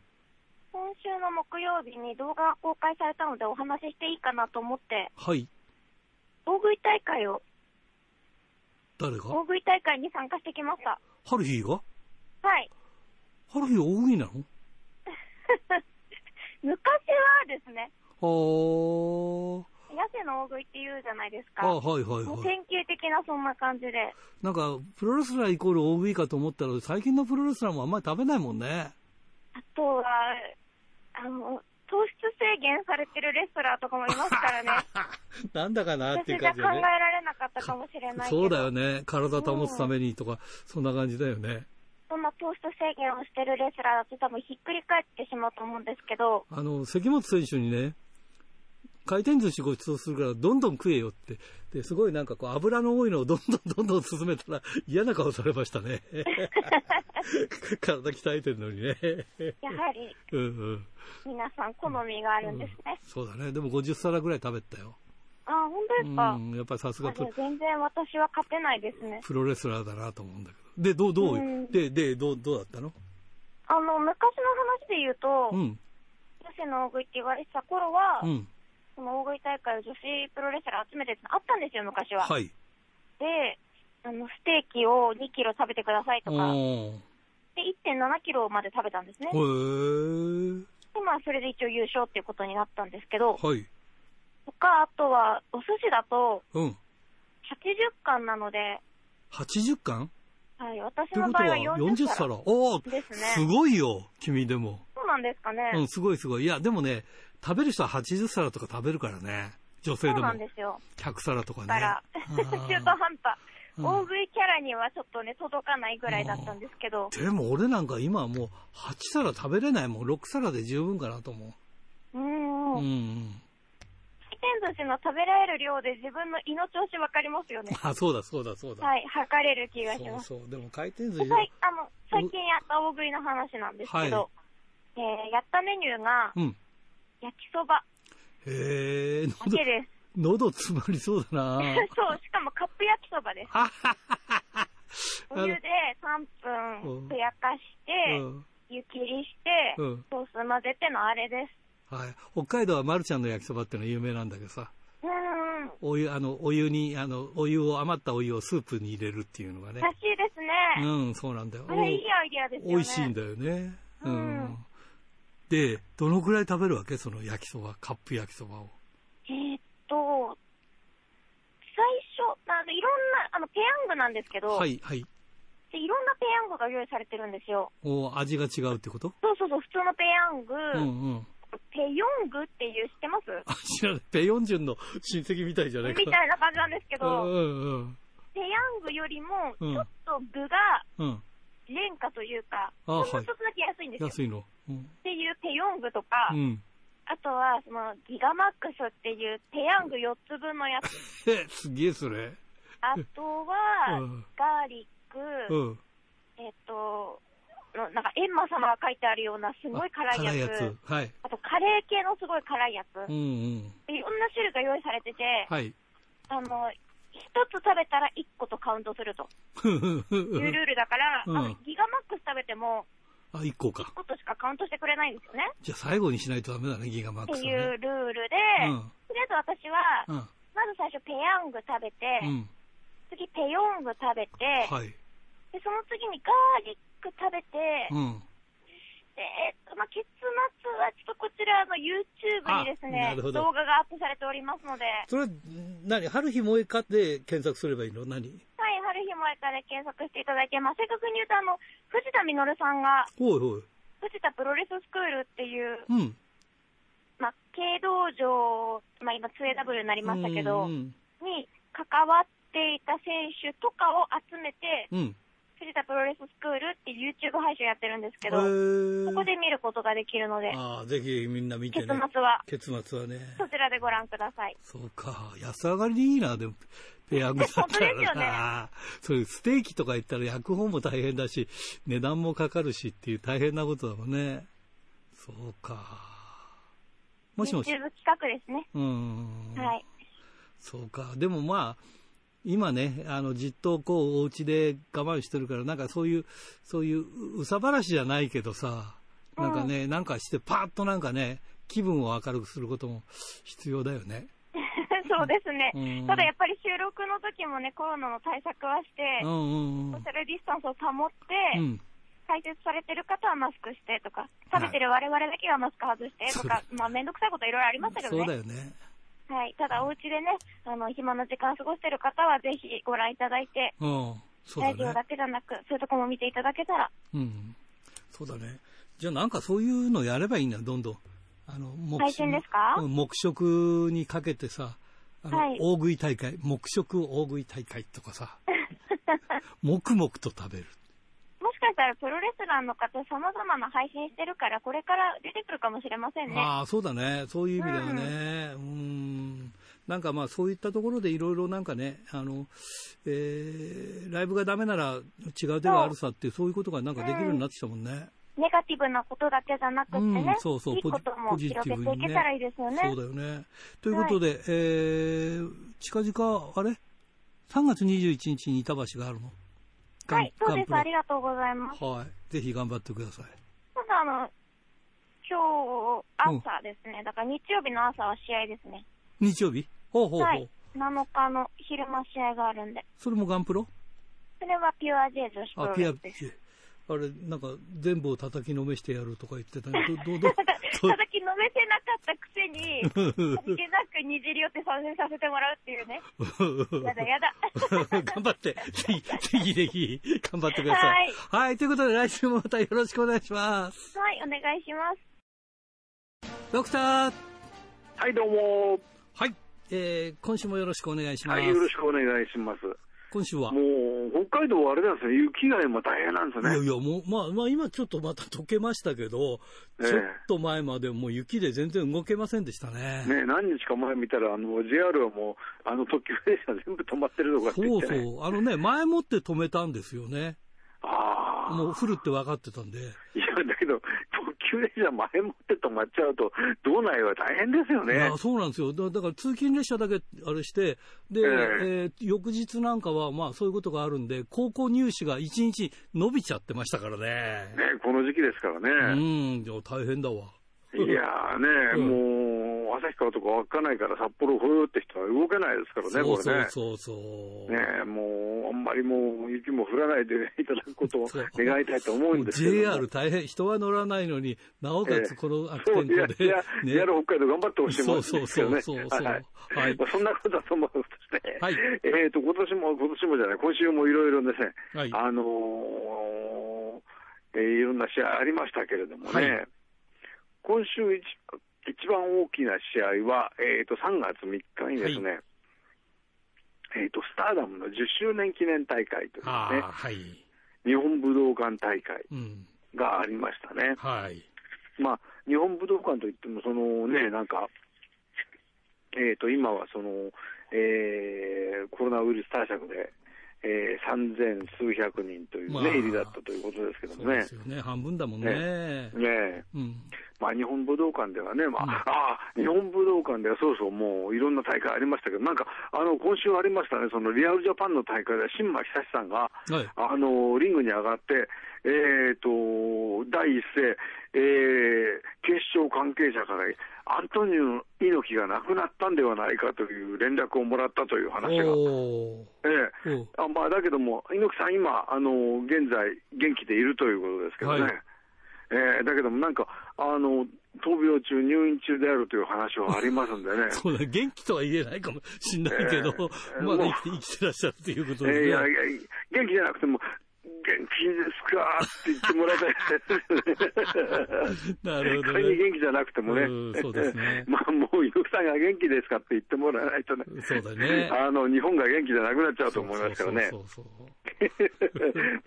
S5: 今週の木曜日に動画が公開されたのでお話ししていいかなと思って、
S1: はい。
S5: 大食い大会を、
S1: 誰
S5: 大
S1: が
S5: 食い大会に参加してきました。
S1: ハルヒーが
S5: はい。
S1: ハルヒーは大食いなの
S5: 昔はですね、
S1: は
S5: 痩せの大食いって言うじゃないです
S1: あ。
S5: か。
S1: あ
S5: も
S1: はいはいうはい。
S5: 典型的なそんな感じで。
S1: なんか、プロレスラーイコール大食いかと思ったら、最近のプロレスラーもあんまり食べないもんね。
S5: あとは、あの、糖質制限されてるレストランとかもいますか らね。
S1: なんだかなっていう
S5: 私じゃ
S1: 感じ
S5: 考え
S1: だね。
S5: られなかったかもしれないけど。
S1: そうだよね。体保つためにとか、そんな感じだよね。
S5: そんな糖質制限をしてるレスラーだと多分ひっくり返ってしまうと思うんですけど、
S1: あの、関本選手にね、回転寿司ごちそうするからどんどん食えよって。で、すごいなんかこう油の多いのをどんどん どんどん進めたら嫌な顔されましたね。 体鍛えてるのにね。
S5: やはり
S1: うんうん。
S5: 皆さん好みがあるんですね。
S1: そうだね。でも50皿ぐらい食べたよ。
S5: ああ、本当
S1: う
S5: ですか、
S1: ん。やっぱりさすが
S5: あ
S1: プ
S5: の全然私は勝てないですね。
S1: プロレスラーだなと思うんだけど。で、どう、どう、
S5: うん
S1: で、で、どう、どうだったの
S5: あの、昔の話で言うと、
S1: うん。
S5: 女子の大食いって言われてた頃は、
S1: うん。
S5: その大食い大会を女子プロレスラー集めてってのあったんですよ、昔は。
S1: はい。
S5: で、あの、ステーキを2キロ食べてくださいとか、
S1: おー
S5: で、1.7キロまで食べたんですね。
S1: へー。
S5: で、まあ、それで一応優勝っていうことになったんですけど、
S1: はい。
S5: 他、あとは、お寿司だと、
S1: うん。
S5: 80貫なので、
S1: 80巻
S5: はい、私
S1: というこ
S5: の場
S1: と
S5: 合は
S1: は
S5: 40
S1: 40
S5: 皿。
S1: 皿。おお、
S5: ですね
S1: すごいよ、君でも。
S5: そうなんですかね。
S1: うん、すごいすごい。いや、でもね、食べる人は80皿とか食べるからね。女性で
S5: そう
S1: も
S5: なんですよ。
S1: 100皿とかね。
S5: だから、 中途
S1: あー
S5: 半端。
S1: うん
S5: 大食いキャラにはちょっとね、届かないぐらいだったんですけど、
S1: でも俺なんか今はもう8皿食べれないもん。6皿で十分かなと思
S5: うー
S1: う。うん
S5: ん。
S1: うん。
S5: 回転寿司の食べられる量で自分の胃の調子わかりますよね。
S1: あ、そうだそうだそうだ。
S5: はい、測れる気がし
S1: そ
S5: ま
S1: う
S5: す。
S1: そう。でも回転寿
S5: で
S1: 司。
S5: 最あの最近やった大食いの話なんですけど、
S1: は
S5: えーやったメニューが、
S1: うん。
S5: 焼きそば
S1: へえー、
S5: だけです。
S1: 喉、喉詰まりそうだ な
S5: そう、しかもカップ焼きそばです。お湯で
S1: うん
S5: 3分ふやかして、
S1: うん
S5: 湯切りして、
S1: うん
S5: ソース混ぜてのあれです。
S1: はい。北海道はマルちゃんの焼きそばってのは有名なんだけどさ。
S5: うーん、
S1: お湯、あの、お湯に、あの、お湯を、余ったお湯をスープに入れるっていうのがね
S5: ら。しいですね。
S1: うん、そうなんだよ。
S5: あれ、いいアイディアですよね。
S1: 美味しいんだよね。う
S5: うんん。
S1: で、どのくらい食べるわけその焼きそば、カップ焼きそばを。
S5: えーっと、最初、あのいろんな、あの、ペヤングなんですけど、
S1: はい、はい。
S5: でいろんなペヤングが用意されてるんですよ。
S1: お味が違うってこと
S5: そうそうそう、普通のペヤング、
S1: うんうん。
S5: ペヨングっていう、知ってます
S1: あ、知らない。ペヨンジュンの親戚みたいじゃないか。
S5: みたいな感じなんですけ
S1: うん
S5: ど、
S1: うん
S5: ペヤングよりも、ち
S1: うん
S5: ょっと具が
S1: うん。うん。
S5: 廉価という
S1: あ
S5: か、
S1: は
S5: ほんの
S1: い
S5: ちょっとだけ安いんですよ。
S1: 安いの。うん。
S5: っていうペヨングとか、
S1: うん。
S5: あとは、その、ギガマックスっていう、ペヤング4つ分のや つ。
S1: え、すげえそれ。
S5: あとは
S1: うん、
S5: ガーリック、
S1: うん。
S5: えっと、のなんか、エンマ様が書いてあるような、すごい辛いやつ。
S1: 辛いやつ。はい。
S5: あと、カレー系のすごい辛いやつ。
S1: うんうん。
S5: でいろんな種類が用意されてて、
S1: はい。
S5: あの、一つ食べたら一個とカウントするというルールだから、
S1: うん
S5: あのギガマックス食べても、
S1: あ、1個か。
S5: 一個としかカウントしてくれないんですよね。
S1: じゃあ最後にしないとダメだね、ギガマッ
S5: って
S1: クスは
S5: いう
S1: ね。
S5: ルールで、
S1: うん
S5: とりあえず私は、
S1: うん。
S5: まず最初ペヤング食べて、
S1: うん。
S5: 次ペヨング食べて、
S1: はい。
S5: でその次にガーリック食べて、
S1: うん。
S5: でえっと、まあ、結末はちょっとこちらあの YouTube
S1: あ
S5: にです
S1: な
S5: ね、
S1: るほど
S5: 動画がアップされておりますので、
S1: それは、何春日萌えかで検索すればいいの何
S5: はい、春日萌えから検索していただけ、まあ、正確に言うとあの、藤田実さんが、
S1: おいおい。
S5: 藤田プロレススクールっていう、
S1: うん。
S5: まあ、軽道場、まあ、今 2AW になりましたけ
S1: う
S5: ど、
S1: ん。
S5: に関わっていた選手とかを集めて、
S1: うん。
S5: 藤田プロレススクールって YouTube 配信やってるんですけど、
S1: ー
S5: ここで見ることができるので、
S1: ああ、ぜひみんな見て
S5: 結
S1: ね。
S5: 末は
S1: 結末はね。
S5: そちらでご覧ください。
S1: そうか。安上がりでいいな、でも、ペヤングだった
S5: 本当ですよね
S1: らな。それ、ステーキとか言ったら焼く方も大変だし、値段もかかるしっていう大変なことだもんね。そうか。もしもし。
S5: YouTube 企画ですね。
S1: うん。
S5: はい。
S1: そうか。でもまあ、今ね、あの、じっとこう、お家で我慢してるから、なんかそういう、そういう、ううさばらしじゃないけどさ、なんかね、なんかして、パーッとなんかね、気分を明るくすることも必要だよね。
S5: そうですね
S1: うん。
S5: ただやっぱり収録の時もね、コロナの対策はして、
S1: うんうんう
S5: ソー
S1: ん
S5: シ。ャルディスタンスを保って、
S1: うん。
S5: 解説されてる方はマスクしてとか、食べてる我々だけはマスク外してとか、まあめんどくさいこといろいろありましたけど
S1: そうだ
S5: ね。
S1: よね。
S5: はい。ただお家でね、あの、暇な時間過ごしてる方はぜひご覧いただいて、
S1: うん。そう
S5: ラジ
S1: だ
S5: オ
S1: ね
S5: だ。けじゃなく、そういうとこも見ていただけたら、
S1: うん。そうだね。じゃあなんかそういうのやればいいんだよ、どんどん。あの、目
S5: 配信ですか
S1: うん黙食にかけてさ、あの、
S5: はい
S1: 大食い大会、黙食大食い大会とか さ、黙々と食べる。
S5: もしかしたらプロレスラーの方様々な配信してるから、これから出てくるかもしれませんね。
S1: ああ、そうだね。そういう意味ではね。うん。なんかまあそういったところでいろいろなんかね、あの、えー、ライブがダメなら違う手があるさっていう、そういうことがなんかできるようになってきたもんね。
S5: ネガティブなことだけじゃなくってね、
S1: うん、そうそう
S5: いい
S1: ポ
S5: こ
S1: ジ
S5: とも
S1: ポジテ
S5: 広げ
S1: ィ
S5: て
S1: ブ
S5: い
S1: に
S5: け
S1: ね
S5: たらいいですよね。
S1: そうだよね。ということで、えー、近々、あれ ?3 月21日に板橋があるの
S5: はい、そうです。あり
S1: が
S5: がとうございます。
S1: とう。はい。ぜひ頑張ってください。
S5: ただ、あの、今日、朝ですね。だから日曜日の朝は試合ですね。
S1: 日曜日ほうほうほう。
S5: はい。7日の昼間試合があるんで。
S1: それもガンプロ
S5: それはピュア J 女子プ
S1: あ、
S5: ロ
S1: ピ
S5: レ
S1: ア
S5: スです。
S1: あれ、なんか、全部を叩きのめしてやるとか言ってたけど、 どう、どう、
S5: ただき飲めてなかったくせに、 さりげなくにじり寄って参戦させてもらうっていうね。
S1: どう、
S5: やだやだ。
S1: 頑張って、ぜひ、ぜひぜひ、頑張ってください。はい。ということで、来週もまたよろしくお願いします。
S5: はい、お願いします。
S1: ドクター
S6: はい、どうも。
S1: はい、えー、今週もよろしくお願いします。
S6: はい、よろしくお願いします。
S1: 今週は
S6: もう、北海道はあれなんですね、雪が今大変なんです
S1: いやい
S6: ね。
S1: や、もう、まあ、まあ、今ちょっとまた溶けましたけど、
S6: ええ
S1: ちょっと前までもう雪で全然動けませんでしたね。
S6: ね、何日か前見たら、あの、JR はもう、あの、特急列車全部止まってるとかって言
S1: そ
S6: っ
S1: う
S6: て、
S1: そ
S6: ね。
S1: う。あのね、前もって止めたんですよね。
S6: ああ。
S1: もう降るって分かってたんで。
S6: いや、だけど、特急列車前もって止まっちゃうと、道内は大変ですよ
S1: い
S6: ね
S1: や。そうなんですよだだから通勤列車だけあれして、で、え
S6: え
S1: ー翌日なんかは、まあそういうことがあるんで、高校入試が1日伸びちゃってましたからね。
S6: ね、この時期ですから
S1: う
S6: ね。
S1: ん、でも大変だわ。
S6: いやーね、もう、旭川とか稚内から札幌来ようって人は動けないですからね、
S1: そう
S6: これ
S1: そう
S6: ね。
S1: そうそう。
S6: ねえ、もう、あんまりもう、雪も降らないでいただくことを
S1: そう
S6: 願いたいと思うんですけども。
S1: JR 大変、人は乗らないのに、なおかつこの悪
S6: そう
S1: 天
S6: いや
S1: 候で、
S6: いや、
S1: ね
S6: やる北海道頑張ってほしいもんですよ
S1: そう
S6: ね。
S1: そうそうそうそう
S6: はい
S1: はい
S6: まあ、そんなことはそもそもとして、
S1: はい
S6: えっ、と、今年も、今年もじゃない、今週もいろいろですね、
S1: はい
S6: あのーえーいろんな試合ありましたけれどもね、
S1: はい
S6: 今週一一番大きな試合は、えっ、と、3月3日にですね、えっ、と、スターダムの10周年記念大会という
S1: あ
S6: ね
S1: あ、、はい、
S6: 日本武道館大会
S1: うん、
S6: がありましたね。
S1: はい、
S6: まあ、日本武道館といっても、そのね、なんか、えー、と今はその、えーコロナウイルス対策で、えー、三千数百人という、ね
S1: まあ
S6: 入りだったということですけど
S1: そ
S6: も
S1: うで
S6: ね
S1: す。よね、半分だもんね。
S6: ねえ
S1: うん、
S6: まあ、日本武道館ではね、まあ
S1: うん
S6: ああ日本武道館ではそうそう、もういろんな大会ありましたけど、なんかあの今週ありましたね、そのリアルジャパンの大会で、新町久志さんが、
S1: はい
S6: あのリングに上がって、えー、と第一声、えー警視庁関係者から、アントニオ猪木が亡くなったんではないかという連絡をもらったという話が。
S1: おー
S6: ええ
S1: おう
S6: あまあ、だけども、猪木さん、今、あの現在、元気でいるということですけどね、
S1: はい。
S6: ええだけども、なんかあの、闘病中、入院中であるという話はありますんで ね
S1: そうだ、元気とは言えないかもしんないけど、
S6: えー
S1: まだ
S6: も
S1: 生
S6: う
S1: きて生きてらっしゃるということで
S6: え
S1: すね。
S6: えいやいや、元気じゃなくても、元気ですかって言ってもらいたい。
S1: なるほど
S6: 仮に
S1: ね。
S6: 元気じゃなくてもね
S1: うん、そうですね
S6: まあもう、猪木さんが元気ですかって言ってもらわないとね、
S1: そうだね
S6: あの日本が元気じゃなくなっちゃうと思いますからね。
S1: そうそうそうそう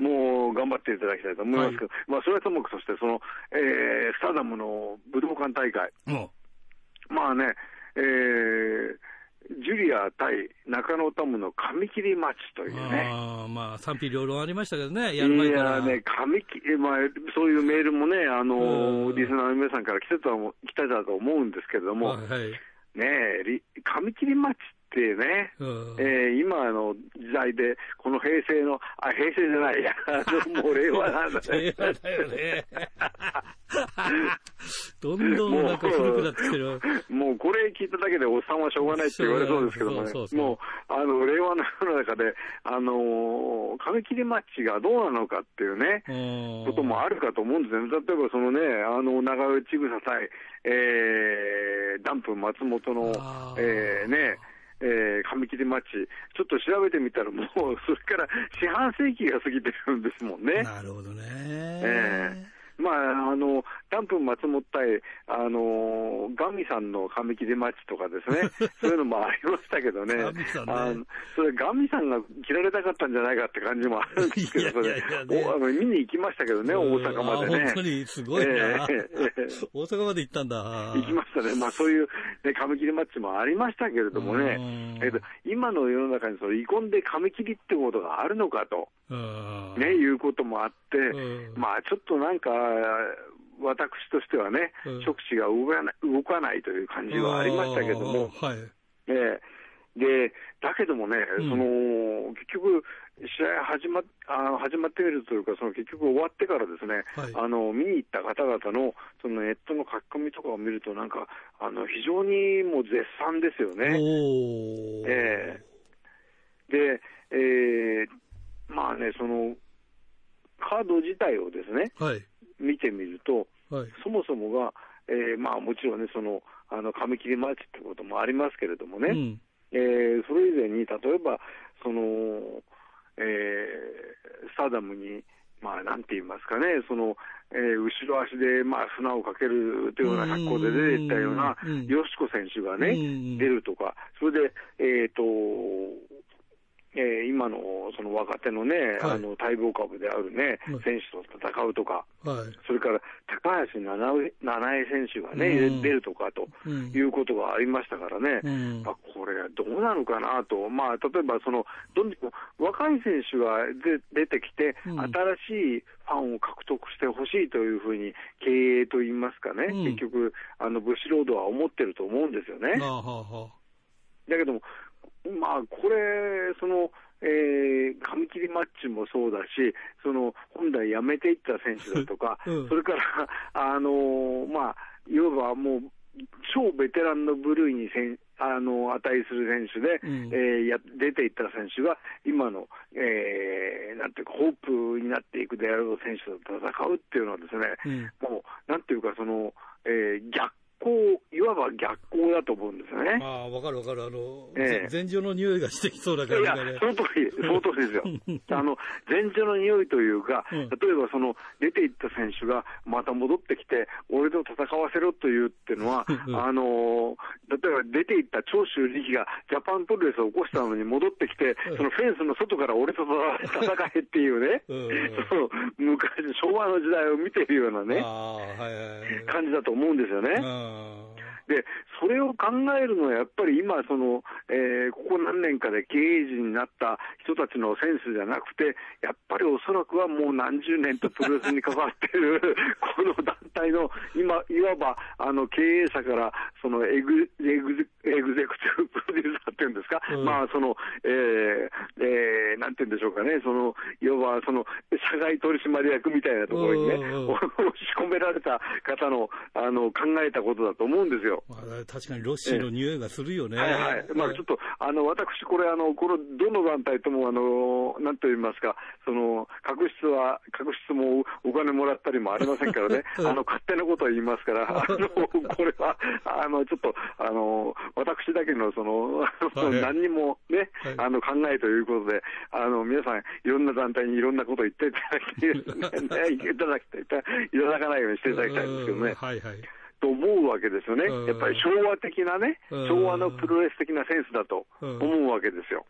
S6: もう頑張っていただきたいと思いますけど、まあ、それはともかくとして、その、えースターダムの武道館大会、
S1: うん
S6: まあね、えージュリア対中野タムの紙切りマッチというね。
S1: あーまあ、賛否両論ありましたけどね、やる前から。
S6: いやね、紙切り、まあ、そういうメールもね、あ
S1: う
S6: の
S1: ん
S6: リスナーの皆さんから来てたも来てたと思うんですけれども、
S1: はいはい。
S6: ねえり紙切りマッチってね、
S1: うん
S6: えー今の時代で、この平成の、あ、平成じ ゃないや、あのもう令和なんだ
S1: 令和だよね。 どんどんなんか古くなってきてる。
S6: もうこれ聞いただけでおっさんはしょうがないって言われそうですけどもね、
S1: そうそうそう
S6: もうあの令和の世の中で、あのー紙切りマッチがどうなのかっていうね、
S1: うん
S6: こともあるかと思うんですよね、例えばそのね、あの長尾千草対、えー、ダンプ松本の
S1: あ、ー
S6: えーね、えー、紙切りマッチ、ちょっと調べてみたら、もう それから四半世紀が過ぎてるんですもんね。
S1: なるほどね。
S6: ええまあ、あの、ダンプ松本対、あの、ガミさんの髪切りマッチとかです ね、そういうのもありましたけどね。
S1: ガミさんね
S6: あのそれ、ガミさんが切られたかったんじゃないかって感じもあるんですけど、そ
S1: いや
S6: れ
S1: いやいやね
S6: おあの見に行きましたけどね、大阪まで
S1: あ
S6: ね。
S1: 本当にすごいな。
S6: ええ
S1: 大阪まで行ったんだ。
S6: 行きましたね。まあそういう、ね、髪切りマッチもありましたけれどもね
S1: うん。
S6: えっと、今の世の中にその遺恨で髪切りってことがあるのかと。
S1: うん
S6: ね、いうこともあって、
S1: うん
S6: まあちょっとなんか、私としてはね、
S1: うん
S6: 触手が動かない動かないという感じはありましたけども、
S1: あーはい。
S6: ええでだけどもね、
S1: うん
S6: その結局、試合始まっあ始まってみるというか、その結局終わってからですね、
S1: はい
S6: あの見に行った方々のそのネットの書き込みとかを見ると、なんかあの非常にもう絶賛ですよね。
S1: おー。
S6: ええで、えーまあね、その、カード自体をですね、
S1: はい。
S6: 見てみると、
S1: はい。
S6: そもそもが、えーまあもちろんね、その、あの、紙切りマッチってこともありますけれどもね、
S1: うん。
S6: えーそれ以前に、例えば、その、えースターダムに、まあ、なんて言いますかね、その、えー後ろ足で、まあ、砂をかけるというような格好で出ていったような
S1: うんうん、
S6: よしこ選手がね
S1: うん、
S6: 出るとか、それで、えっ、と、えー今のその若手のね、
S1: はい
S6: あの待望株であるね、
S1: はい
S6: 選手と戦うとか、
S1: はい。
S6: それから高橋七重七重選手がね、
S1: うん
S6: 出るとかと
S1: うん
S6: いうことがありましたからね、
S1: うん
S6: あこれ、どうなのかなと、まあ、例えばそのどんどん若い選手がで出てきて、
S1: うん
S6: 新しいファンを獲得してほしいというふうに、経営といいますかね、
S1: うん
S6: 結局、あのブシロードは思ってると思うんですよ
S1: あー
S6: ね。
S1: はーは、
S6: だけども、まあ、これ、その、えー、紙切りマッチもそうだし、その、本来やめていった選手だとか
S1: うん
S6: それから、あのーまあ、いわばもう、超ベテランの部類にせんあの値する選手で、
S1: うん
S6: えーや出ていった選手が、今の、えーなんていうか、ホープになっていくであろう選手と戦うっていうのはですね、
S1: うん
S6: もう、なんていうか、その、えー逆行、いわば逆行だと思うんですよね。
S1: ああ、わかるわかる。あの、
S6: ええ
S1: 前場の匂いがしてきそうだから
S6: い
S1: ね
S6: や、その通り、その通りです よ。あの、前兆の匂いというか、
S1: う
S6: 例
S1: ん
S6: えばその、出ていった選手がまた戻ってきて、俺と戦わせろというっていうのは、
S1: うん
S6: あの、例えば出ていった長州力がジャパンプロレスを起こしたのに戻ってきて
S1: うん、
S6: そのフェンスの外から俺と戦えっていうね、
S1: うん
S6: その昔、昭和の時代を見ているようなね
S1: あ、あ、はいはいはい。
S6: 感じだと思うんですよね。
S1: うん
S6: で、それを考えるのはやっぱり今その、えーここ何年かで経営陣になった人たちのセンスじゃなくて、やっぱりおそらくはもう何十年とプロレスに関わってる この団体の今、いわばあの経営者からそのエグエグゼエグゼクティブプロデューサーっていうんですか、
S1: うん
S6: まあその、えーえーなんて言うんでしょうかね、そのいわばその社外取締役みたいなところにね、
S1: うんうんうん
S6: 押し込められた方のあの考えたことだと思うんですよ。
S1: まあ、確かにロッシーの匂いがするよね。、
S6: はいはい。まあちょっと、あの、私、これ、あの、この、どの団体とも、あの、なんと言いますか、その、確執は、確執もお金もらったりもありませんからね
S1: うん
S6: あの、勝手なことを言いますから、あ の、これは、あの、ちょっと、あの、私だけの、その、
S1: はい
S6: 何にもね、
S1: はい
S6: あの、考えということで、あの、皆さん、いろんな団体にいろんなことを言っていただ き、ね、いただきたい、いただかないようにしていただきたいんですけど
S1: うん
S6: ね。
S1: はいはい。
S6: と思うわけですよね
S1: うん。
S6: やっぱり昭和的なね、
S1: うん
S6: 昭和のプロレス的なセンスだと思うわけですよ。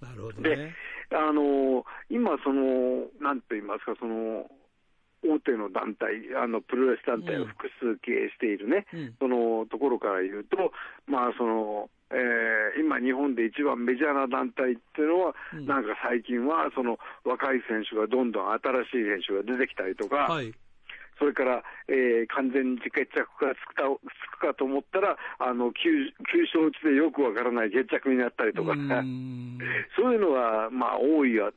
S1: なるほど
S6: で
S1: ね。、
S6: あの今、そのなんと言いますか、その大手の団体、あのプロレス団体を複数経営しているね、
S1: うん
S6: そのところから言うと、まあそのえー今、日本で一番メジャーな団体っていうのは、
S1: うん
S6: なんか最近はその若い選手がどんどん新しい選手が出てきたりとか、
S1: はい。
S6: それから、えー完全に決着がつくかつくかと思ったら、あの急急所打ちでよくわからない決着になったりとか。
S1: うーん
S6: そういうのが、まあ、多いや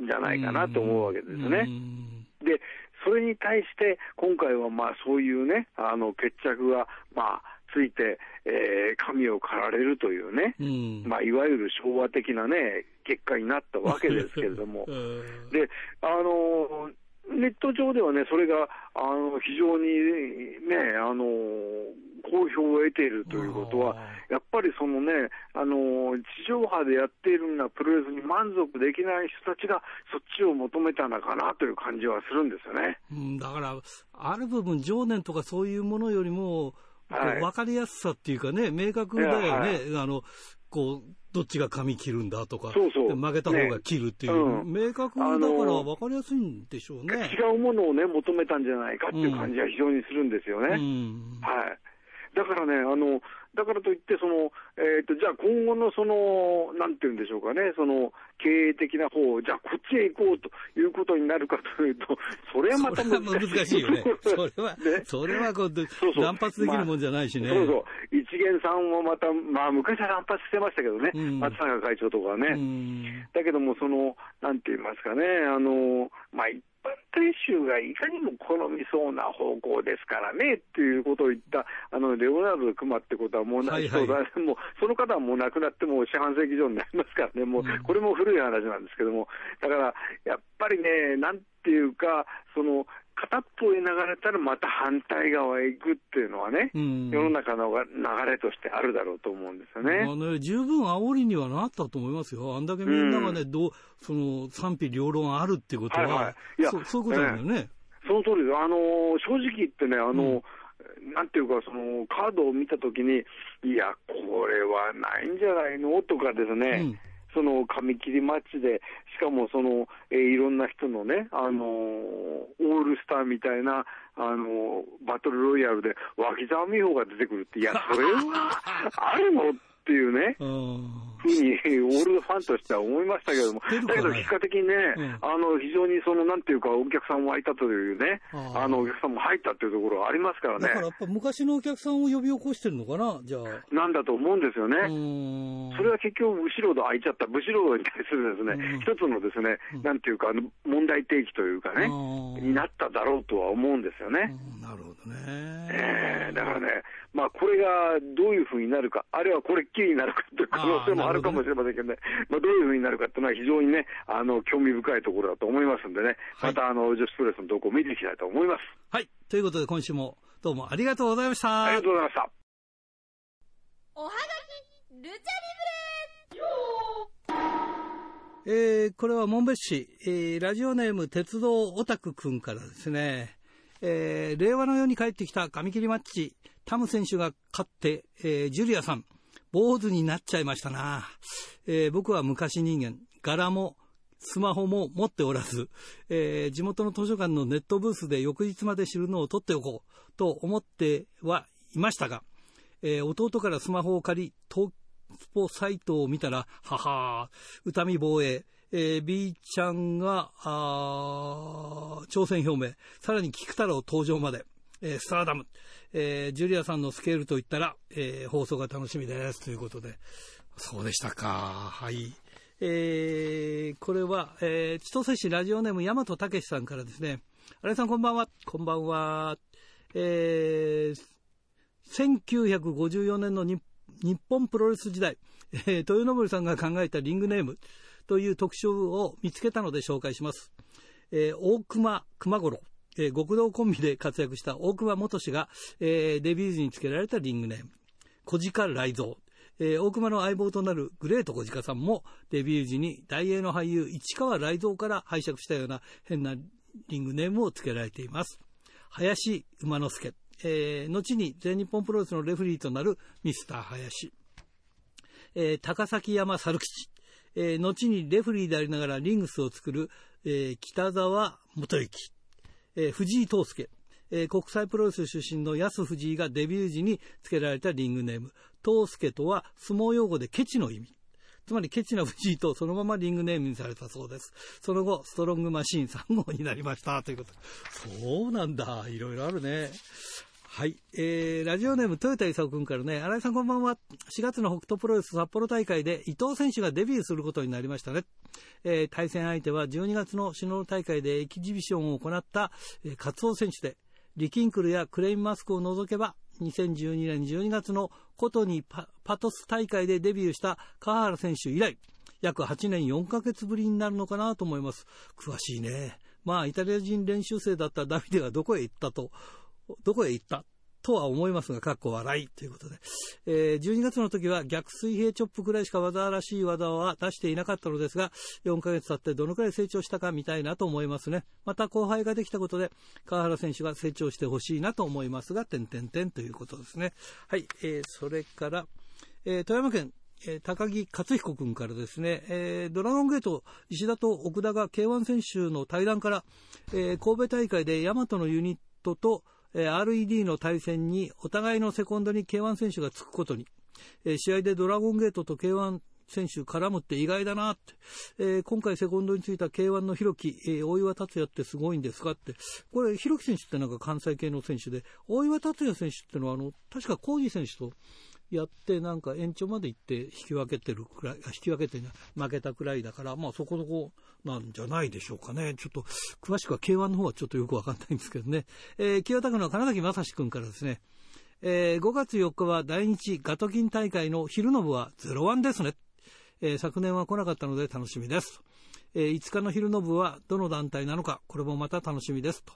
S6: じゃないかなと思うわけです
S1: うー
S6: ね。
S1: ん
S6: で、それに対して、今回はまあ、そういうね、あの、決着が、まあ、ついて、えー神を狩られるというね、
S1: うん。
S6: まあ、いわゆる昭和的なね、結果になったわけですけれ ども
S1: う、ん
S6: で、あのーネット上ではね、それが、あの、非常にね、あのー好評を得ているということは
S1: あ、
S6: やっぱりそのね、あのー地上波でやっているようなプロレスに満足できない人たちが、そっちを求めたのかなという感じはするんですよね。
S1: うん、だから、ある部分、情念とかそういうものよりも、
S6: はい
S1: 分かりやすさっていうかね、明確だよね、あのこうどっちが髪切るんだとか、
S6: そうそう
S1: で曲げた方が切るっていう、
S6: ねうん
S1: 明確だから
S6: あの
S1: 分かりやすいんでしょうね。
S6: 違うものをね、求めたんじゃないかっていう感じは非常にするんですよね。
S1: うん
S6: はい。だからね、あの、だからといって、その、えっ、と、じゃあ今後のその、なんて言うんでしょうかね、その、経営的な方を、じゃあこっちへ行こうということになるかというと、 それはまた。
S1: それは難しいよね それは、それはこう
S6: そうそう
S1: 断髪できるもんじゃないしね。
S6: そうそう。一元さんもまた、まあ昔は乱発してましたけどね、
S1: うん
S6: 松坂会長とかはね。
S1: うん
S6: だけども、その、なんて言いますかね、あの、まあ、一般大衆がいかにも好みそうな方向ですからね、っていうことを言った、あの、レオナルド・クマってことはもうな
S1: はい
S6: い、
S1: はい
S6: そうだもう、その方はもう亡くなってもう四半世紀以上になりますからね、もう
S1: うん、
S6: これも古い話なんですけども、だから、やっぱりね、なんていうか、その、片っぽへ流れたらまた反対側へ行くっていうのはね、
S1: うん
S6: 世の中のが流れとしてあるだろうと思うんですよね。
S1: まあね、十分煽りにはなったと思いますよ。あんだけみんながね、どうその賛否両論あるってことは、
S6: はいはいいや
S1: そそういうことなんだよね。
S6: その通りです。あのー正直言ってね、あのーなんていうか、そのカードを見たときに、いや、これはないんじゃないのとかですね、
S1: うん
S6: その紙切りマッチで、しかもその、えーいろんな人のね、あのーオールスターみたいな、あのーバトルロイヤルで、脇沢美穂が出てくるって、いや、それはあるのっていうね。
S1: うん
S6: ふう に、オールファンとしては思いましたけども、
S1: 知ってるか
S6: だ
S1: ら
S6: けど、
S1: ね
S6: 結果的にね、
S1: うん
S6: あの非常にそのなんていうか、お客さんも開いたというね、
S1: ああ
S6: あのお客さんも入ったというところはありますから
S1: だからや
S6: ね
S1: っ、ぱ昔のお客さんを呼び起こしてるのかな、じゃあ。
S6: なんだと思うんですよ
S1: う
S6: ね。
S1: ーん
S6: それは結局、後ろで開いちゃった、武士道に対するですね、
S1: うん
S6: 一つのですね、なんていうか、あの問題提起というかね、
S1: うん
S6: になっただろうとは思うんですよね。
S1: うんなるほどね。
S6: えーだからね、まあ、これがどういうふうになるか、あるいはこれっきりになるかという可能性もあるかもしれませんけどね、まあ、どういうふうになるかというのは、非常にね、あの興味深いところだと思いますんでね、
S1: はい
S6: またあの女子プロレスの動向を見ていきたいと思います。
S1: はい。ということで今週もどうもありがとうございまし
S6: あり
S1: た
S6: が。とうございました。
S7: おはがきルチャリブレ
S1: えーこれは門別市、えーラジオネーム鉄道オタクくんからですね、えー令和の世に帰ってきた紙切りマッチ、タム選手が勝って、えージュリアさん、坊主になっちゃいましたな。えー僕は昔人間、柄も、スマホも持っておらず、えー地元の図書館のネットブースで翌日まで知るのを取っておこうと思ってはいましたが、えー弟からスマホを借り、東スポサイトを見たら、ははー、歌見防衛、えー B ちゃんが、あー挑戦表明、さらに菊太郎登場まで、えースターダム、えージュリアさんのスケールといったら、えー放送が楽しみです。ということで、そうでしたか。はい。えーこれは、えー千歳市ラジオネーム、大和武さんからですね。荒井さん、こんばんは。こんばんは。えー1954年の日日本プロレス時代、えー豊昇さんが考えたリングネームという特集を見つけたので紹介します。えー大熊熊五郎、えー極道コンビで活躍した大熊元氏が、えーデビュー時につけられたリングネーム、小鹿雷蔵。えー大熊の相棒となるグレート小鹿さんもデビュー時に大英の俳優市川雷蔵から拝借したような変なリングネームをつけられています。林馬之助、えー後に全日本プロレスのレフェリーとなるミスター林、えー高崎山猿吉、えー後にレフェリーでありながらリングスを作る、えー北沢元之、えー藤井藤介、えー国際プロレス出身の安藤井がデビュー時に付けられたリングネーム藤介とは相撲用語でケチの意味つまりケチな藤井とそのままリングネームにされたそうです。その後、ストロングマシーン3号になりました。ということで。そうなんだ。いろいろあるね。はい。えー、ラジオネーム、豊田勲君からね、新井さんこんばんは。4月の北斗プロレス札幌大会で伊藤選手がデビューすることになりましたね。えー対戦相手は12月の首脳大会でエキジビションを行った、えー、カツオ選手で、リキンクルやクレインマスクを除けば、2012年12月のコトニパパトス大会でデビューした川原選手以来、約8年4ヶ月ぶりになるのかなと思います。詳しいね。まあ、イタリア人練習生だったダビデがどこへ行ったと、どこへ行ったとは思いますが、かっこ笑いということで。えー12月の時は逆水平チョップくらいしか技らしい技は出していなかったのですが、4ヶ月経ってどのくらい成長したか見たいなと思いますね。また後輩ができたことで、川原選手が成長してほしいなと思いますが、点々点ということですね。はい、えーそれから、えー富山県、えー高木克彦君からですね、えードラゴンゲート、石田と奥田が K1 選手の対談から、えー神戸大会でヤマトのユニットと、えー RED の対戦にお互いのセコンドに K1 選手がつくことに、えー試合でドラゴンゲートと K1 選手絡むって意外だなって、えー今回セコンドについた K1 の弘樹、えー大岩達也ってすごいんですかって、これ弘樹選手ってなんか関西系の選手で、大岩達也選手ってのはあの、確か浩二選手とやって、なんか延長まで行って引き分けてるくらい、あ引き分けてね、負けたくらいだから、まあそこそこなんじゃないでしょうかね。ちょっと、詳しくは K1 の方はちょっとよくわかんないんですけどね。えー清田区の金崎正史君からですね、えー5月4日は第日ガトキン大会の昼の部は01ですね。えー昨年は来なかったので楽しみです。えー5日の昼の部はどの団体なのか、これもまた楽しみですと。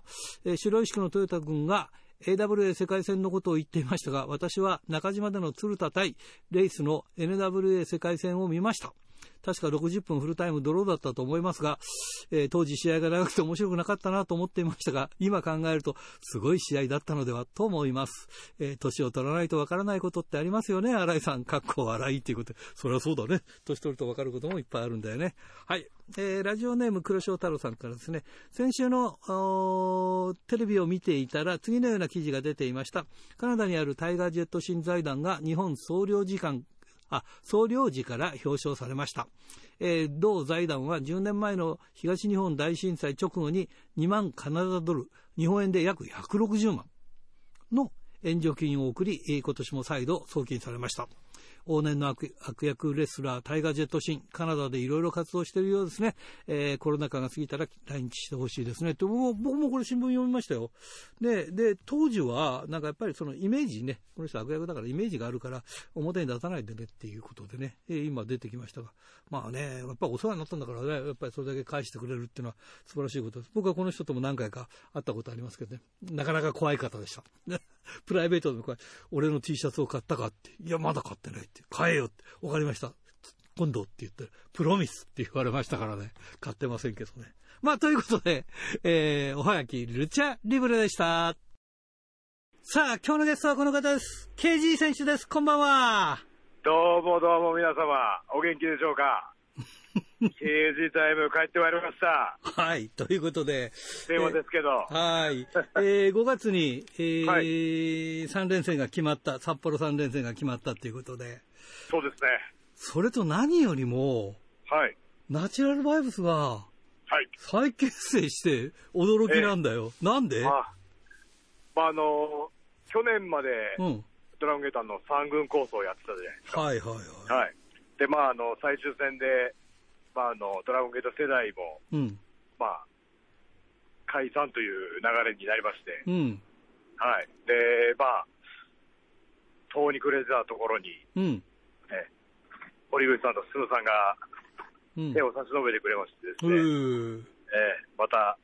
S1: えー白石区のトヨタ軍が AWA 世界戦のことを言っていましたが、私は中島での鶴田対レイスの NWA 世界戦を見ました。確か60分フルタイムドローだったと思いますが、えー当時試合が長くて面白くなかったなと思っていましたが、今考えるとすごい試合だったのではと思います。えー年を取らないとわからないことってありますよね、新井さん。かっこ笑いっていうことで。そりゃそうだね。年取るとわかることもいっぱいあるんだよね。はい。えーラジオネーム黒潮太郎さんからですね、先週のおーテレビを見ていたら次のような記事が出ていました。カナダにあるタイガージェット新財団が日本総領事館あ、総領事から表彰されました。えー同財団は10年前の東日本大震災直後に2万カナダドル、日本円で約160万の援助金を送り、えー今年も再度送金されました。往年の悪悪役レスラー、タイガー・ジェット・シン、カナダでいろいろ活動しているようですね。えーコロナ禍が過ぎたら来日してほしいですね。と僕も僕もこれ新聞読みましたよ。で、で、当時は、なんかやっぱりそのイメージね、この人悪役だからイメージがあるから、表に出さないでねっていうことでね、えー今出てきましたが、まあね、やっぱりお世話になったんだからね、やっぱりそれだけ返してくれるっていうのは素晴らしいことです。僕はこの人とも何回か会ったことありますけどね、なかなか怖い方でした。 プライベートでも怖い。俺の T シャツを買ったかって。いや、まだ買ってないって。買えよって。わかりました。今度って言ったら、プロミスって言われましたからね。買ってませんけどね。まあ、ということで、えー、おはがき、ルチャリブレでした。さあ、今日のゲストはこの方です。KG 選手です。こんばんは。
S8: どうもどうも皆様、お元気でしょう か ?KG タイム帰ってまいりました。
S1: はい、ということで。
S8: 電話ですけど。
S1: はい。えー、5月に、えー
S8: はい
S1: 3連戦が決まった、札幌3連戦が決まったということで、
S8: そうですね。
S1: それと何よりも、
S8: はい。
S1: ナチュラルバイブスが
S8: はい。
S1: 再結成して驚きなんだよ。なんで
S8: まあ、まあ、あのー去年まで
S1: うん。
S8: ドラゴンゲーターの三軍構想をやってたじゃないです
S1: はいはいはい。
S8: か。はい。で、まあ、あの、最終戦で、まあ、あの、ドラゴンゲーター世代も、
S1: うん。
S8: まあ、解散という流れになりまして、
S1: うん。
S8: はい。で、まあ、遠に暮れてたところに、
S1: うん。
S8: ね、堀口さんと鈴さんが
S1: うん。
S8: 手を差し伸べてくれましてです
S1: う
S8: ね、
S1: ー
S8: ええまた、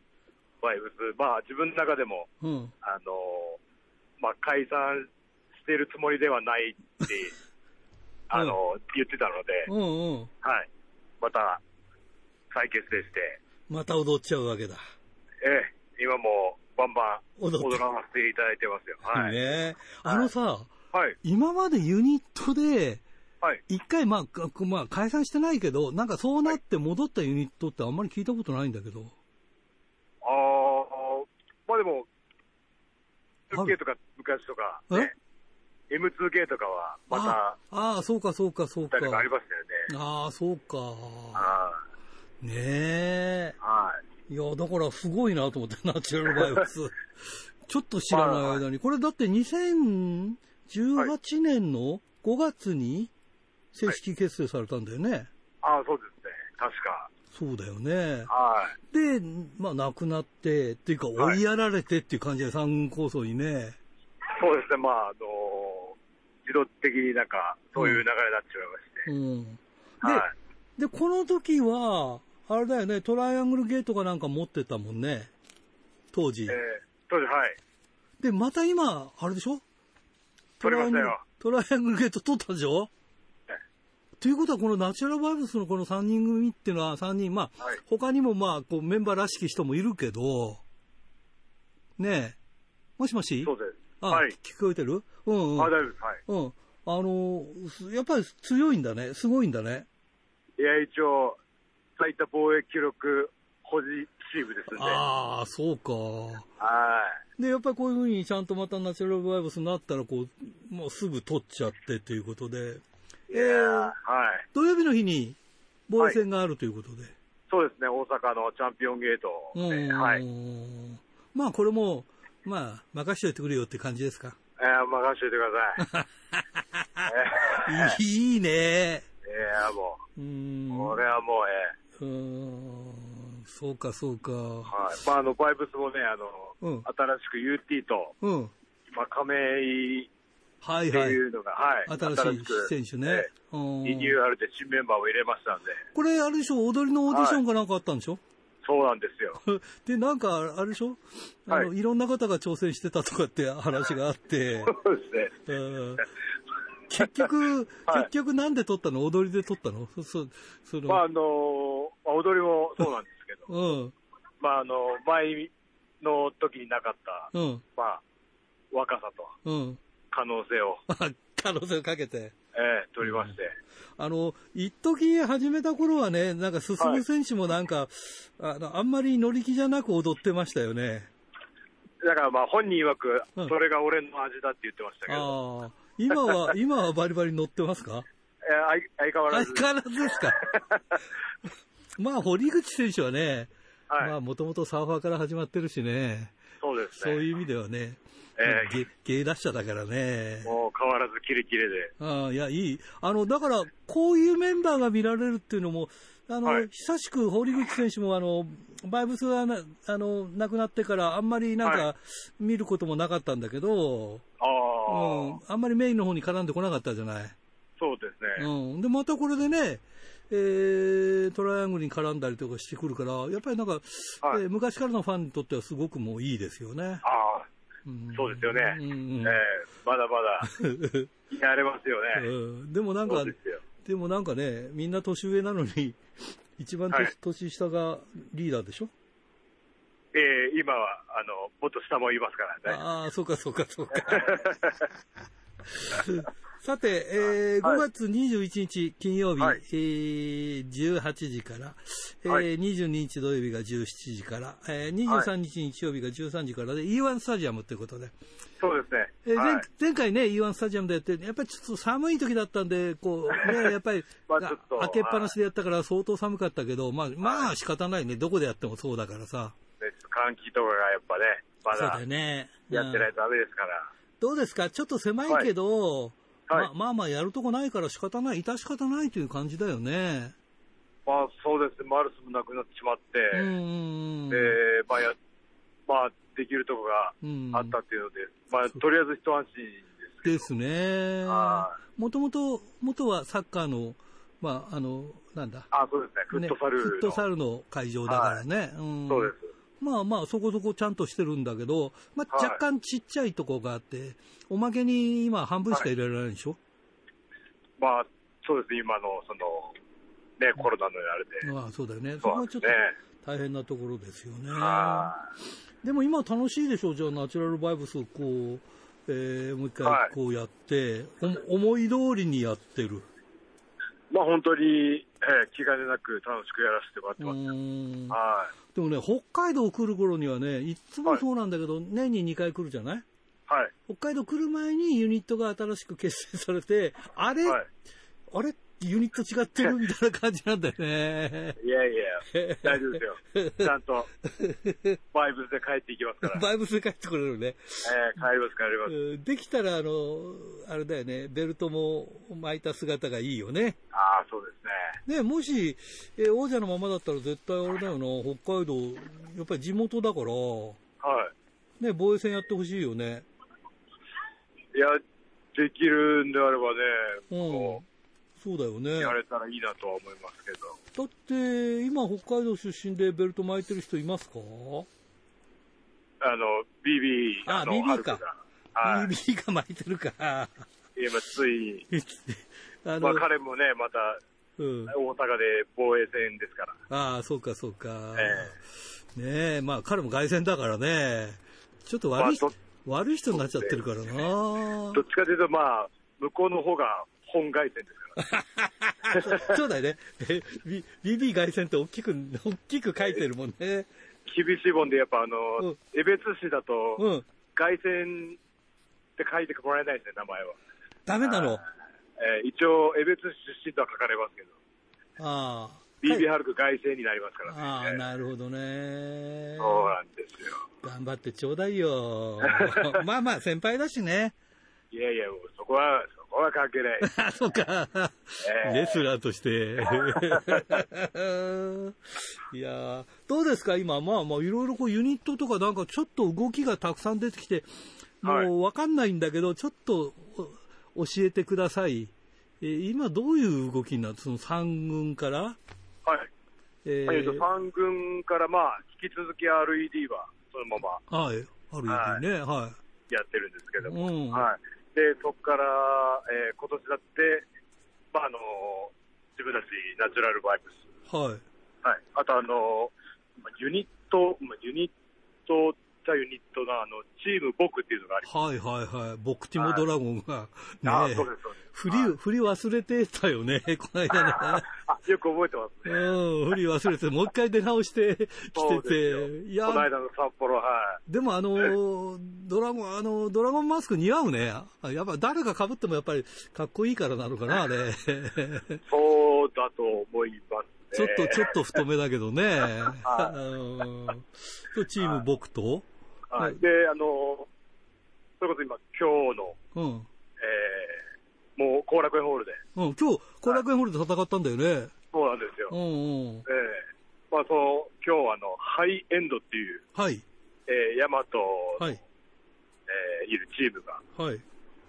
S8: バイブス、まあ、自分の中でも、
S1: うん。
S8: あのまあ、解散しているつもりではない って、あの言ってたので、
S1: うんうん。
S8: はい、また再結成して、
S1: また踊っちゃうわけだ。
S8: ええ今もバンバン
S1: 踊
S8: 踊
S1: って
S8: らさせていただいてますよ。はい。
S1: ねあのさ、
S8: はい。
S1: 今までユニットで、
S8: はい。
S1: 一回、まあか、まあ、解散してないけど、なんかそうなって戻ったユニットってあんまり聞いたことないんだけど。
S8: あー、まあでも、2K とか昔とか、ね、M2K とかはま
S1: あ
S8: た、
S1: ああ、そうか、そうか、そうか。
S8: 誰かありましたよね。
S1: ああ、そうか。
S8: は
S1: ねえ。
S8: い。はい。
S1: いや、だからすごいなと思って、ナチュラルバイオ ス。ちょっと知らない間に。これだって2018年の5月に正式結成されたんだよね。
S8: ああ、そうですね。確か。
S1: そうだよね。
S8: はい。
S1: で、まあ亡くなって、っていうか追
S8: はい
S1: いやられてっていう感じで三軍構想にね。
S8: そうですね。まあ、あのー自動的になんか、そういう流れになってしまいまして。
S1: うん。で、
S8: はい。
S1: で、この時は、あれだよね、トライアングルゲートかなんか持ってたもんね。当時。
S8: えー、当時、はい。
S1: で、また今、あれでしょ
S8: 取れましたよ
S1: トライアングルゲート取ったでしょ
S8: え
S1: ということは、このナチュラルバイブスのこの3人組っていうのは、3人、まあ、
S8: はい
S1: 他にもまあ、こう、メンバーらしき人もいるけど、ねえ、もしもし
S8: そうです。
S1: あ、
S8: はい。
S1: 聞こえてるうんうん。
S8: あ、大丈夫です。はい。
S1: うん。あの、すやっぱり強いんだね。すごいんだね。
S8: いや、一応、最多防衛記録保持チームですんで。は
S1: ああ、そうか。
S8: い。
S1: で、やっぱりこういうふうにちゃんとまたナチュラルバイブスになったら、こう、もうすぐ取っちゃってということで、えー
S8: はい。
S1: 土曜日の日に防衛戦があるということで、
S8: そうですね、大阪のチャンピオンゲート
S1: う
S8: で、
S1: ん、
S8: はい。え
S1: まあこれも、まあ、任しておいてくれよって感じですか。
S8: ー、任せて ください。
S1: いいね。
S8: えー、えー、も
S1: う
S8: う、
S1: ん。
S8: これはもう、
S1: う
S8: え
S1: ーんそうか、そうか。
S8: ー、はい。まあ、あの、バイブスもね、あの、
S1: うん
S8: 新しく UT と、
S1: うん。
S8: まあ、亀井
S1: はい
S8: って
S1: はい。
S8: いうのが、はい。
S1: 新しい選手ね。
S8: え
S1: うん
S8: ーリニューアルで新メンバーを入れましたんで、
S1: これ、あれでしょ、踊りのオーディションかなんかあったんでしょ、
S8: そうなんですよ。
S1: で、なんか、あれでしょあの、、
S8: はい
S1: ろんな方が挑戦してたとかって話があって、
S8: そうですね。
S1: うん結局、
S8: はい
S1: 結局なんで撮ったの踊りで撮ったのそ、そ、その、
S8: まあ、あのまあ、踊りもそうなんですけど、
S1: うん、
S8: まあ、あの、前の時になかった、
S1: うん、
S8: まあ、若さと
S1: うん。
S8: 可能性を、
S1: あ可能性をかけて。
S8: えー取りまして、
S1: あの、一時始めた頃はね、なんか進む選手もなんか、あの、あんまり乗り気じゃなく踊ってましたよね。
S8: だからまあ本人曰く、
S1: うん
S8: それが俺の味だって言ってましたけど、
S1: ああ。今 は、今はバリバリ乗ってますか
S8: えー相相変わ
S1: 相
S8: らず、
S1: 変わらずです か。まあ、堀口選手はね、
S8: はい
S1: まあ、もともとサーファーから始まってるしね、
S8: そうです
S1: そう
S8: ね、
S1: いう意味ではね、
S8: ええ
S1: ゲ芸達者だからね。
S8: もう変わらずキレキレで、
S1: ああ、いや、いい。あの、だから、こういうメンバーが見られるっていうのも、あの、
S8: はい
S1: 久しく堀口選手も、あの、バイブスがな、あの、亡くなってから、あんまりなん
S8: は
S1: か、見ることもなかったんだけど、
S8: ああ、
S1: うん、あんまりメインの方に絡んでこなかったじゃない。
S8: そうですね、
S1: うん。で、またこれでね、えー、トライアングルに絡んだりとかしてくるから、やっぱりなんか、
S8: はい
S1: えー昔からのファンにとってはすごくもういいですよね。
S8: ああ、
S1: うん
S8: そうですよね、
S1: うんうん
S8: えーまだ まだやれますよね、
S1: うんでもなん
S8: そ
S1: か
S8: う、ですよ、
S1: でもなんかね、みんな年上なのに、 一番年,、
S8: はい
S1: 年下がリーダーでしょ
S8: えー今はあのもっと下もいますからね、
S1: ああ、そうかそうか そうか。さて、えー
S8: はい
S1: 5月21日金曜日、
S8: はい
S1: えー18時から、えー
S8: はい
S1: 22日土曜日が17時から、えー23日日曜日が13時からで、E1 スタジアムということで、
S8: そうですね、
S1: えー
S8: はい
S1: 前前回ね、E1 スタジアムでやって、やっぱりちょっと寒い時だったんで、こう、 ね、やっぱり、
S8: まあちょっと
S1: 開けっぱなしでやったから相当寒かったけど、まあ、まあ仕方ないね。どこでやってもそうだからさ。
S8: ねちょっと換気とかがやっぱね、ま
S1: そう
S8: だ
S1: だよね。
S8: やってな
S1: う
S8: い
S1: ん
S8: とダメですから、
S1: どうですかちょっと狭いけど、
S8: は
S1: ま
S8: い
S1: あまあまあやるとこないから仕方ない、致し方ないという感じだよね。
S8: まあそうですね、マルスもなくなってしまって、
S1: うーん。
S8: で、まあや、まあ、できるとこがあったっていうので、まあ、とりあえず一安心ですけど。
S1: ですね。
S8: は
S1: もともと、元はサッカーの、まあ、あの、なんだ。
S8: あ、そうですね、フッ
S1: ね
S8: トサルの、
S1: フットサルの会場だからね。うん。
S8: そうです。
S1: まあまあ、そこそこちゃんとしてるんだけど、まあ
S8: はい
S1: 若干ちっちゃいとこがあって、おまけに今半分しか入れられないでしょ、
S8: まあ、そうですね、今の、その、ね、コロナのあれで。
S1: まあそうだよね。そこ
S8: そうなん
S1: はち
S8: です
S1: ょっ
S8: ね
S1: と。大変なところですよね。
S8: はい
S1: でも今楽しいでしょじゃあナチュラルバイブスをこう、えーもう一
S8: は
S1: 回
S8: い
S1: こうやって、お思い通りにやってる。
S8: まあ本当に、えー気兼ねなく楽しくやらせてもらって
S1: う
S8: ます。
S1: ーん
S8: はい。
S1: でもね、北海道来る頃にはね、いつもそうなんだけど、年に2回来るじゃない
S8: はい。
S1: 北海道来る前にユニットが新しく結成されて、あれ、
S8: は
S1: あれユニット違ってるみたいな感じなんだよね。
S8: い。いやいや、大丈夫 ですよ。ちゃんと、バイブスで帰っていきますから。
S1: バイブスで帰ってこれるね。
S8: えー帰ります、帰ります。
S1: うんできたら、あの、あれだよね、ベルトも巻いた姿がいいよね。
S8: ああ、そうですね。
S1: ね、もし、えー王者のままだったら絶対あれだよな、北海道、やっぱり地元だから、
S8: は
S1: ね、防衛戦やってほしいよね。
S8: い。いや、できるんであれば
S1: うん
S8: ね、も。
S1: そうだよね。
S8: う、やれたらいいなとは思いますけど。
S1: だって、今北海道出身でベルト巻いてる人いますか
S8: あの、BB、
S1: あ
S8: の
S1: BB
S8: ハル
S1: か
S8: クがはい。
S1: BB が巻いてる か。
S8: 今、ついに、
S1: あの
S8: まあ、、彼もね、また、
S1: うん。
S8: 大阪で防衛戦ですから。
S1: ああ、そうか、そうか。
S8: え
S1: ねえ、まあ彼も凱旋だからね。ちょっと悪い人、
S8: まあ
S1: 悪い人になっちゃってるからな
S8: ど。っちかというと、まあ、向こうの方が本外戦ですか ら。
S1: そうだよね。え B- BB 凱旋って大きく、大きく書いてるもんね。
S8: 厳しいもんで、やっぱあの、
S1: うん
S8: 江別市だ
S1: う
S8: と、
S1: ん。
S8: 外線って書いてもらえないですね、名前は。
S1: ダメなの。
S8: えー一応、江別市出身とは書かれますけど、
S1: ああ。
S8: BB ハルク外線になりますからね。
S1: ああ、
S8: えー
S1: なるほどね。
S8: そうなんですよ。
S1: 頑張ってちょうだいよ。 まあまあ、先輩だしね。
S8: いやいや、もうそこは、そこは関係ない。
S1: あ、そうか。レスラーとして。 いやーどうですか今、まあまあ、いろいろこうユニットとかなんかちょっと動きがたくさん出てきて、
S8: はい
S1: もうわかんないんだけど、ちょっとお教えてください。えー今どういう動きになって、その三軍から、
S8: はい。
S1: え
S8: えーと、3軍から、まあ、引き続き RED は、そのまま
S1: はい、ある意味ね、は
S8: やってるんですけ
S1: い。
S8: ど
S1: う
S8: も、
S1: ん。
S8: はい。で、そこから、えー今年だって、まあ、あのー自分たちナチュラルバイブス、
S1: はい。
S8: はい。あと、あのーまあユニット、まあユニットじゃユニットの、あの、チーム僕っていうのがあります。
S1: はいはいはい。ボクティモドラゴンが、
S8: あ
S1: ね
S8: ー、そうです、そうです。
S1: 振り、振り忘れてたよね、この間ね。
S8: あ、よく覚えてますね。
S1: うん、振り忘れて、もう一回出直して
S8: そ
S1: きて
S8: うですよ
S1: て。いや
S8: こ、の間の札幌、はい。
S1: でもあの、ドラゴン、あの、ドラゴンマスク似合うね。あやっぱ誰が被ってもやっぱりかっこいいからなのかな、あれ。
S8: そうだと思います
S1: ちょっ
S8: ね。
S1: と、ちょっと太めだけどね。
S8: は
S1: うんと、チーム僕と、
S8: はい。で、あのーそれこそ今、今日の、
S1: うん。
S8: えーもう後楽園ホールで、
S1: うん、今日、後楽園ホールで戦ったんだよね。
S8: そうなんですよ。
S1: う
S8: え
S1: んうん。
S8: ーまあ、その今日あのハイエンドっていう、
S1: はい、
S8: えー、ヤマトの、
S1: はい、
S8: えーいるチームが
S1: はい。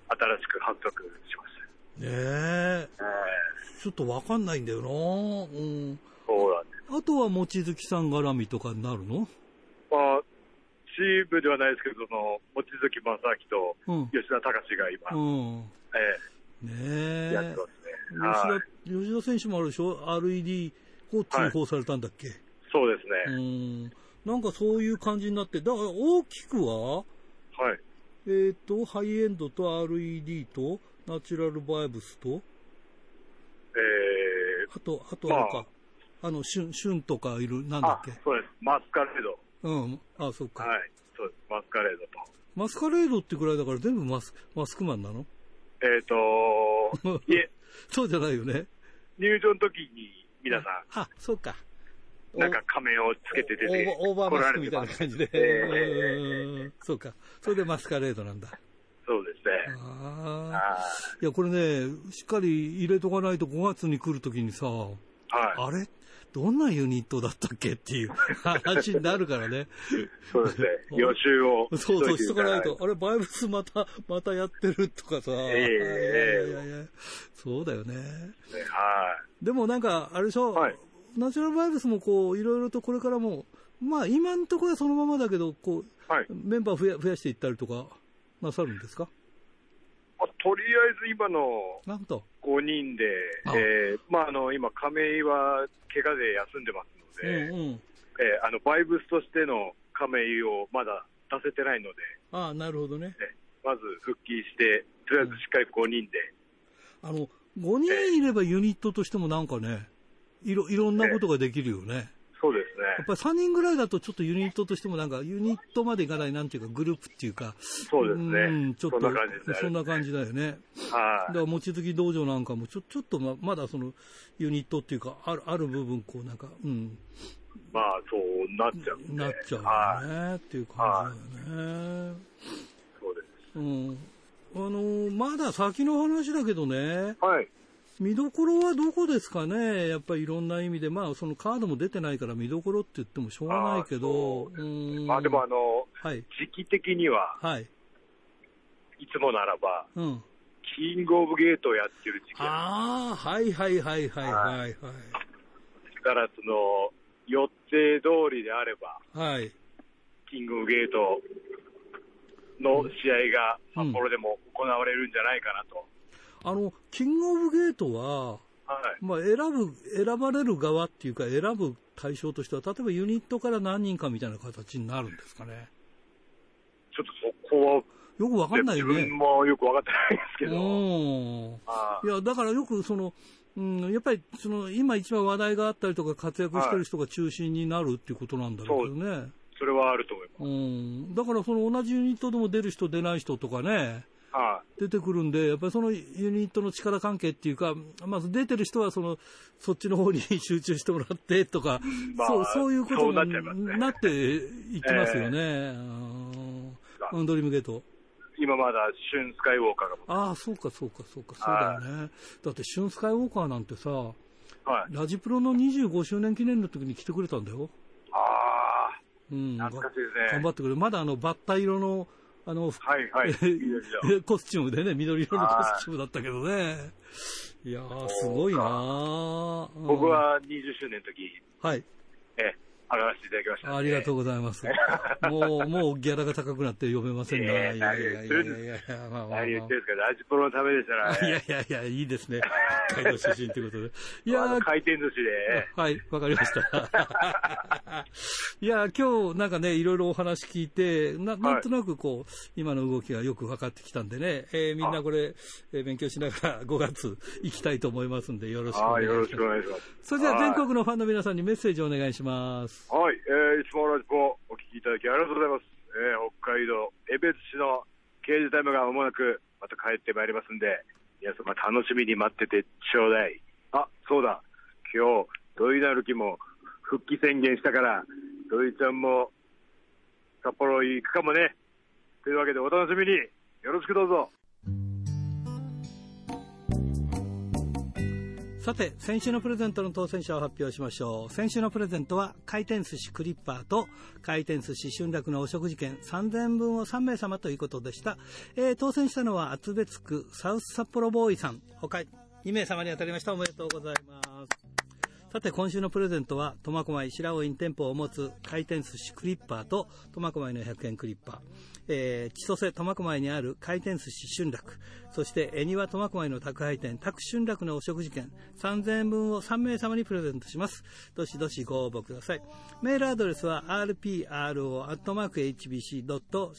S8: 新しく発足し
S1: ね
S8: まし
S1: え、
S8: た。えー
S1: ちょっとわかんないんだよな。うん。
S8: そうなんです。
S1: あとは、望月さん絡みとかになるの
S8: まあ、チームではないですけど、その望月正明と
S1: うん。
S8: 吉田隆が今、
S1: うん。ね
S8: えーやって
S1: え。
S8: ますね。はい
S1: 吉田、吉田選手もあるでしょ ?RED を追放されたんだっけ、
S8: そうですね。
S1: うん。なんかそういう感じになって、だから大きくは、
S8: はい。
S1: えっ、と、ハイエンドと RED と、ナチュラルバイブスと、
S8: え
S1: あと、あとあれか、あの、シュン、シュンとかいる、なん
S8: ー、
S1: だ
S8: あ
S1: っけ、
S8: そうです。マスカレード。
S1: うん。あ、そうか、
S8: はい。そうです。マスカレードと。
S1: マスカレードってぐらいだから全部マス、マスクマンなの
S8: えっ、 といえ、
S1: そうじゃないよね。
S8: 入場の時に皆さん、
S1: あ、そうか。
S8: なんか仮面をつけて出て
S1: オーバーオーバー
S8: 来
S1: マス
S8: ら
S1: ク
S8: れ
S1: み
S8: て
S1: たい
S8: ま
S1: な
S8: す。
S1: 感じで。
S8: ええ
S1: うんそうか。それでマスカレードなんだ。
S8: そうですね。
S1: ああ。
S8: はい
S1: や、これね、しっかり入れとかないと5月に来るときにさ、
S8: はい。
S1: あれどんなユニットだったっけっていう 話になるからね。
S8: そう ですね。予習を。
S1: そうそう、しとかないと。
S8: は。
S1: あれ、バイブスまた、またやってるとかさ。
S8: ええ
S1: いやいやいやそうだよね。
S8: はい。
S1: でもなんか、あれでしょ、
S8: はい
S1: ナチュラルバイブスもこう、いろいろとこれからも、まあ今のところはそのままだけど、こ
S8: はい。
S1: う、メンバー増や増やしていったりとか、なさるんですか
S8: まあとりあえず今の
S1: なんと。
S8: 5人で、
S1: あ
S8: えー、まああの、今、亀井は怪我で休んでますの
S1: うん
S8: で、え
S1: うん。
S8: ーあの、バイブスとしての亀井をまだ出せてないので、
S1: ああ、なるほどね。
S8: まず復帰して、とりあえずしっかり5人で、
S1: あの、 5人いればユニットとしてもなんかね、いろ、いろんなことができるよね。
S8: そうですね。
S1: やっぱり3人ぐらいだとちょっとユニットとしてもなんか、ユニットまでいかないなんていうか、グループっていうか、
S8: そうですね
S1: うん、ちょっと、
S8: そんな感じですね
S1: そんな感じだよね。
S8: は
S1: だか
S8: い。
S1: ら、望月道場なんかも、ちょ、ちょっとま、まだその、ユニットっていうか、ある、ある部分、こう、なんか、うん、
S8: まあ、そうなっちゃうんで。
S1: なっちゃ
S8: は
S1: う
S8: い。
S1: よね、っていう感じだよね。
S8: そうです。
S1: うん。あのーまだ先の話だけどね、
S8: はい。
S1: 見どころはどこですかね、やっぱりいろんな意味で、まあ、そのカードも出てないから見どころって言ってもしょうがないけど、
S8: あーそう
S1: うん
S8: まあ、でもあの、
S1: はい、
S8: 時期的には、
S1: はい、
S8: いつもならば、
S1: うん。
S8: キングオブゲートをやってる時期なん
S1: ああ、はいはいはいはいはいはい。
S8: ですから、その、予定通りであれば、
S1: はい。
S8: キングオブゲートの試合が
S1: うん
S8: 札幌でも行われるんじゃないかなと。
S1: あの、キングオブゲートは、
S8: はい。
S1: まあ、選ぶ、選ばれる側っていうか、選ぶ対象としては、例えばユニットから何人かみたいな形になるんですかね。
S8: ちょっとそこは、
S1: よくわかんない
S8: 自
S1: よね
S8: 分。もよく分かってないですけ
S1: う
S8: ど。
S1: ん。
S8: あ
S1: いや、だからよくその、うん、やっぱりその、今一番話題があったりとか活躍してる人が中心になるっていうことなんだろうけどね。
S8: それはあると思いま
S1: うん。だからその同じユニットでも出る人出ない人とかね、
S8: す。はい。
S1: 出てくるんで、やっぱりそのユニットの力関係っていうか、まず出てる人はその、そっちの方に集中してもらってとか、
S8: まあ
S1: そう、そういうこと
S8: そうなっちゃいます
S1: に
S8: ね
S1: なっていきますよね。うんうんドリームゲート。
S8: 今まだシュンスカイウォーカー
S1: ああ、そうか、そうか、そうか、そうだよね。だって、シュンスカイウォーカーなんてさ、
S8: が。はい。
S1: ラジプロの25周年記念の時に来てくれたんだよ。
S8: ああ、
S1: うん。
S8: 懐かしいです
S1: 頑張。
S8: ね
S1: ってくれ。まだあの、バッタ色の、あの、
S8: はいはい。いいですよ。
S1: コスチュームでね、緑色のコスチュームだったけどね。いやー、すごいなーうん
S8: 僕は20周年の時、
S1: はい。
S8: え、上がらせていただきましたんで。
S1: ありがとうございます。もう、もうギャラが高くなって読めませんが。
S8: いやいや
S1: や、まあまあまあ
S8: 何言ってるんですか、ラジプロのためでしたら、
S1: いやいやいや、いい ですね。北海道出身ということで。いや
S8: あの
S1: ー、
S8: 回転寿司で、
S1: はい、わかりました。 いや、今日なんかね、いろいろお話聞いて、ななんとなくこう、今の動きがよく分かってきたんでね、えーみんなこれ、えー勉強しながら5月 行きたいと思いますんで、よろしくお
S8: ああ、
S1: 願いし
S8: よろ
S1: ま
S8: し
S1: す。
S8: くお願いします。
S1: それじゃあ
S8: はい
S1: 全国のファンの皆さんにメッセージをお願いします。
S8: はい、えー、いつもラジコお聞きいただきありがとうございます。えー、北海道江別市の刑事タイムが間もなく、また帰ってまいりますんで、皆様楽しみに待っててちょうだい。あ、そうだ、今日、土井成樹も復帰宣言したから、土井ちゃんも札幌行くかもね。というわけでお楽しみに、よろしくどうぞ。
S1: さて、先週のプレゼントの当選者を発表しましょう。先週のプレゼントは、回転寿司クリッパーと、回転寿司春楽のお食事券3000分を3名様ということでした。えー当選したのは厚別区サウス札幌ボーイさん、他2名様に当たりました。おめでとうございます。さて今週のプレゼントは苫小牧白尾院店舗を持つ回転寿司クリッパーと苫小牧の100円クリッパー、えー、千歳苫小牧にある回転寿司春楽そして恵庭苫小牧の宅配店宅春楽のお食事券3000円分を3名様にプレゼントしますどしどしご応募くださいメールアドレスは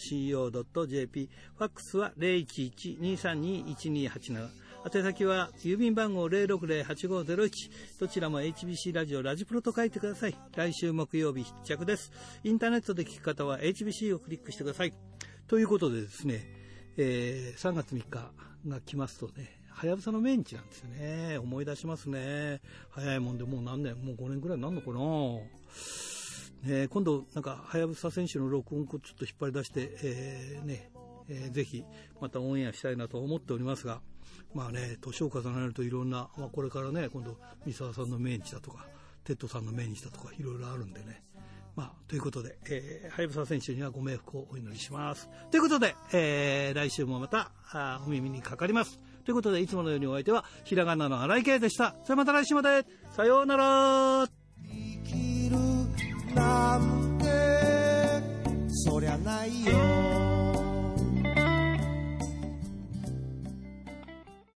S1: rpro.hbc.co.jp ファックスは011-232-1287宛先は郵便番号060-8501どちらも HBC ラジオラジプロと書いてください来週木曜日必着ですインターネットで聞く方は HBC をクリックしてくださいということでですね、えー3月3日が来ますとねはやぶさの命日なんですよね思い出しますね早いもんでもう何年もう5年ぐらいになるのかなえー今度、なんか、はやぶさ選手の録音をちょっと引っ張り出して、えーね、えーぜひ、またオンエアしたいなと思っておりますが、まあね、年を重ねるといろんな、まあ、これからね、今度、三沢さんの命日だとか、テッドさんの命日だとか、いろいろあるんでね。まあ、ということで、えー、はやぶさ選手にはご冥福をお祈りします。ということで、えー来週もまた、あーお耳にかかります。ということで、いつものようにお相手は、ひらがなの荒井圭でした。それまた来週まで、さようなら
S2: 生きるなんてそりゃないよ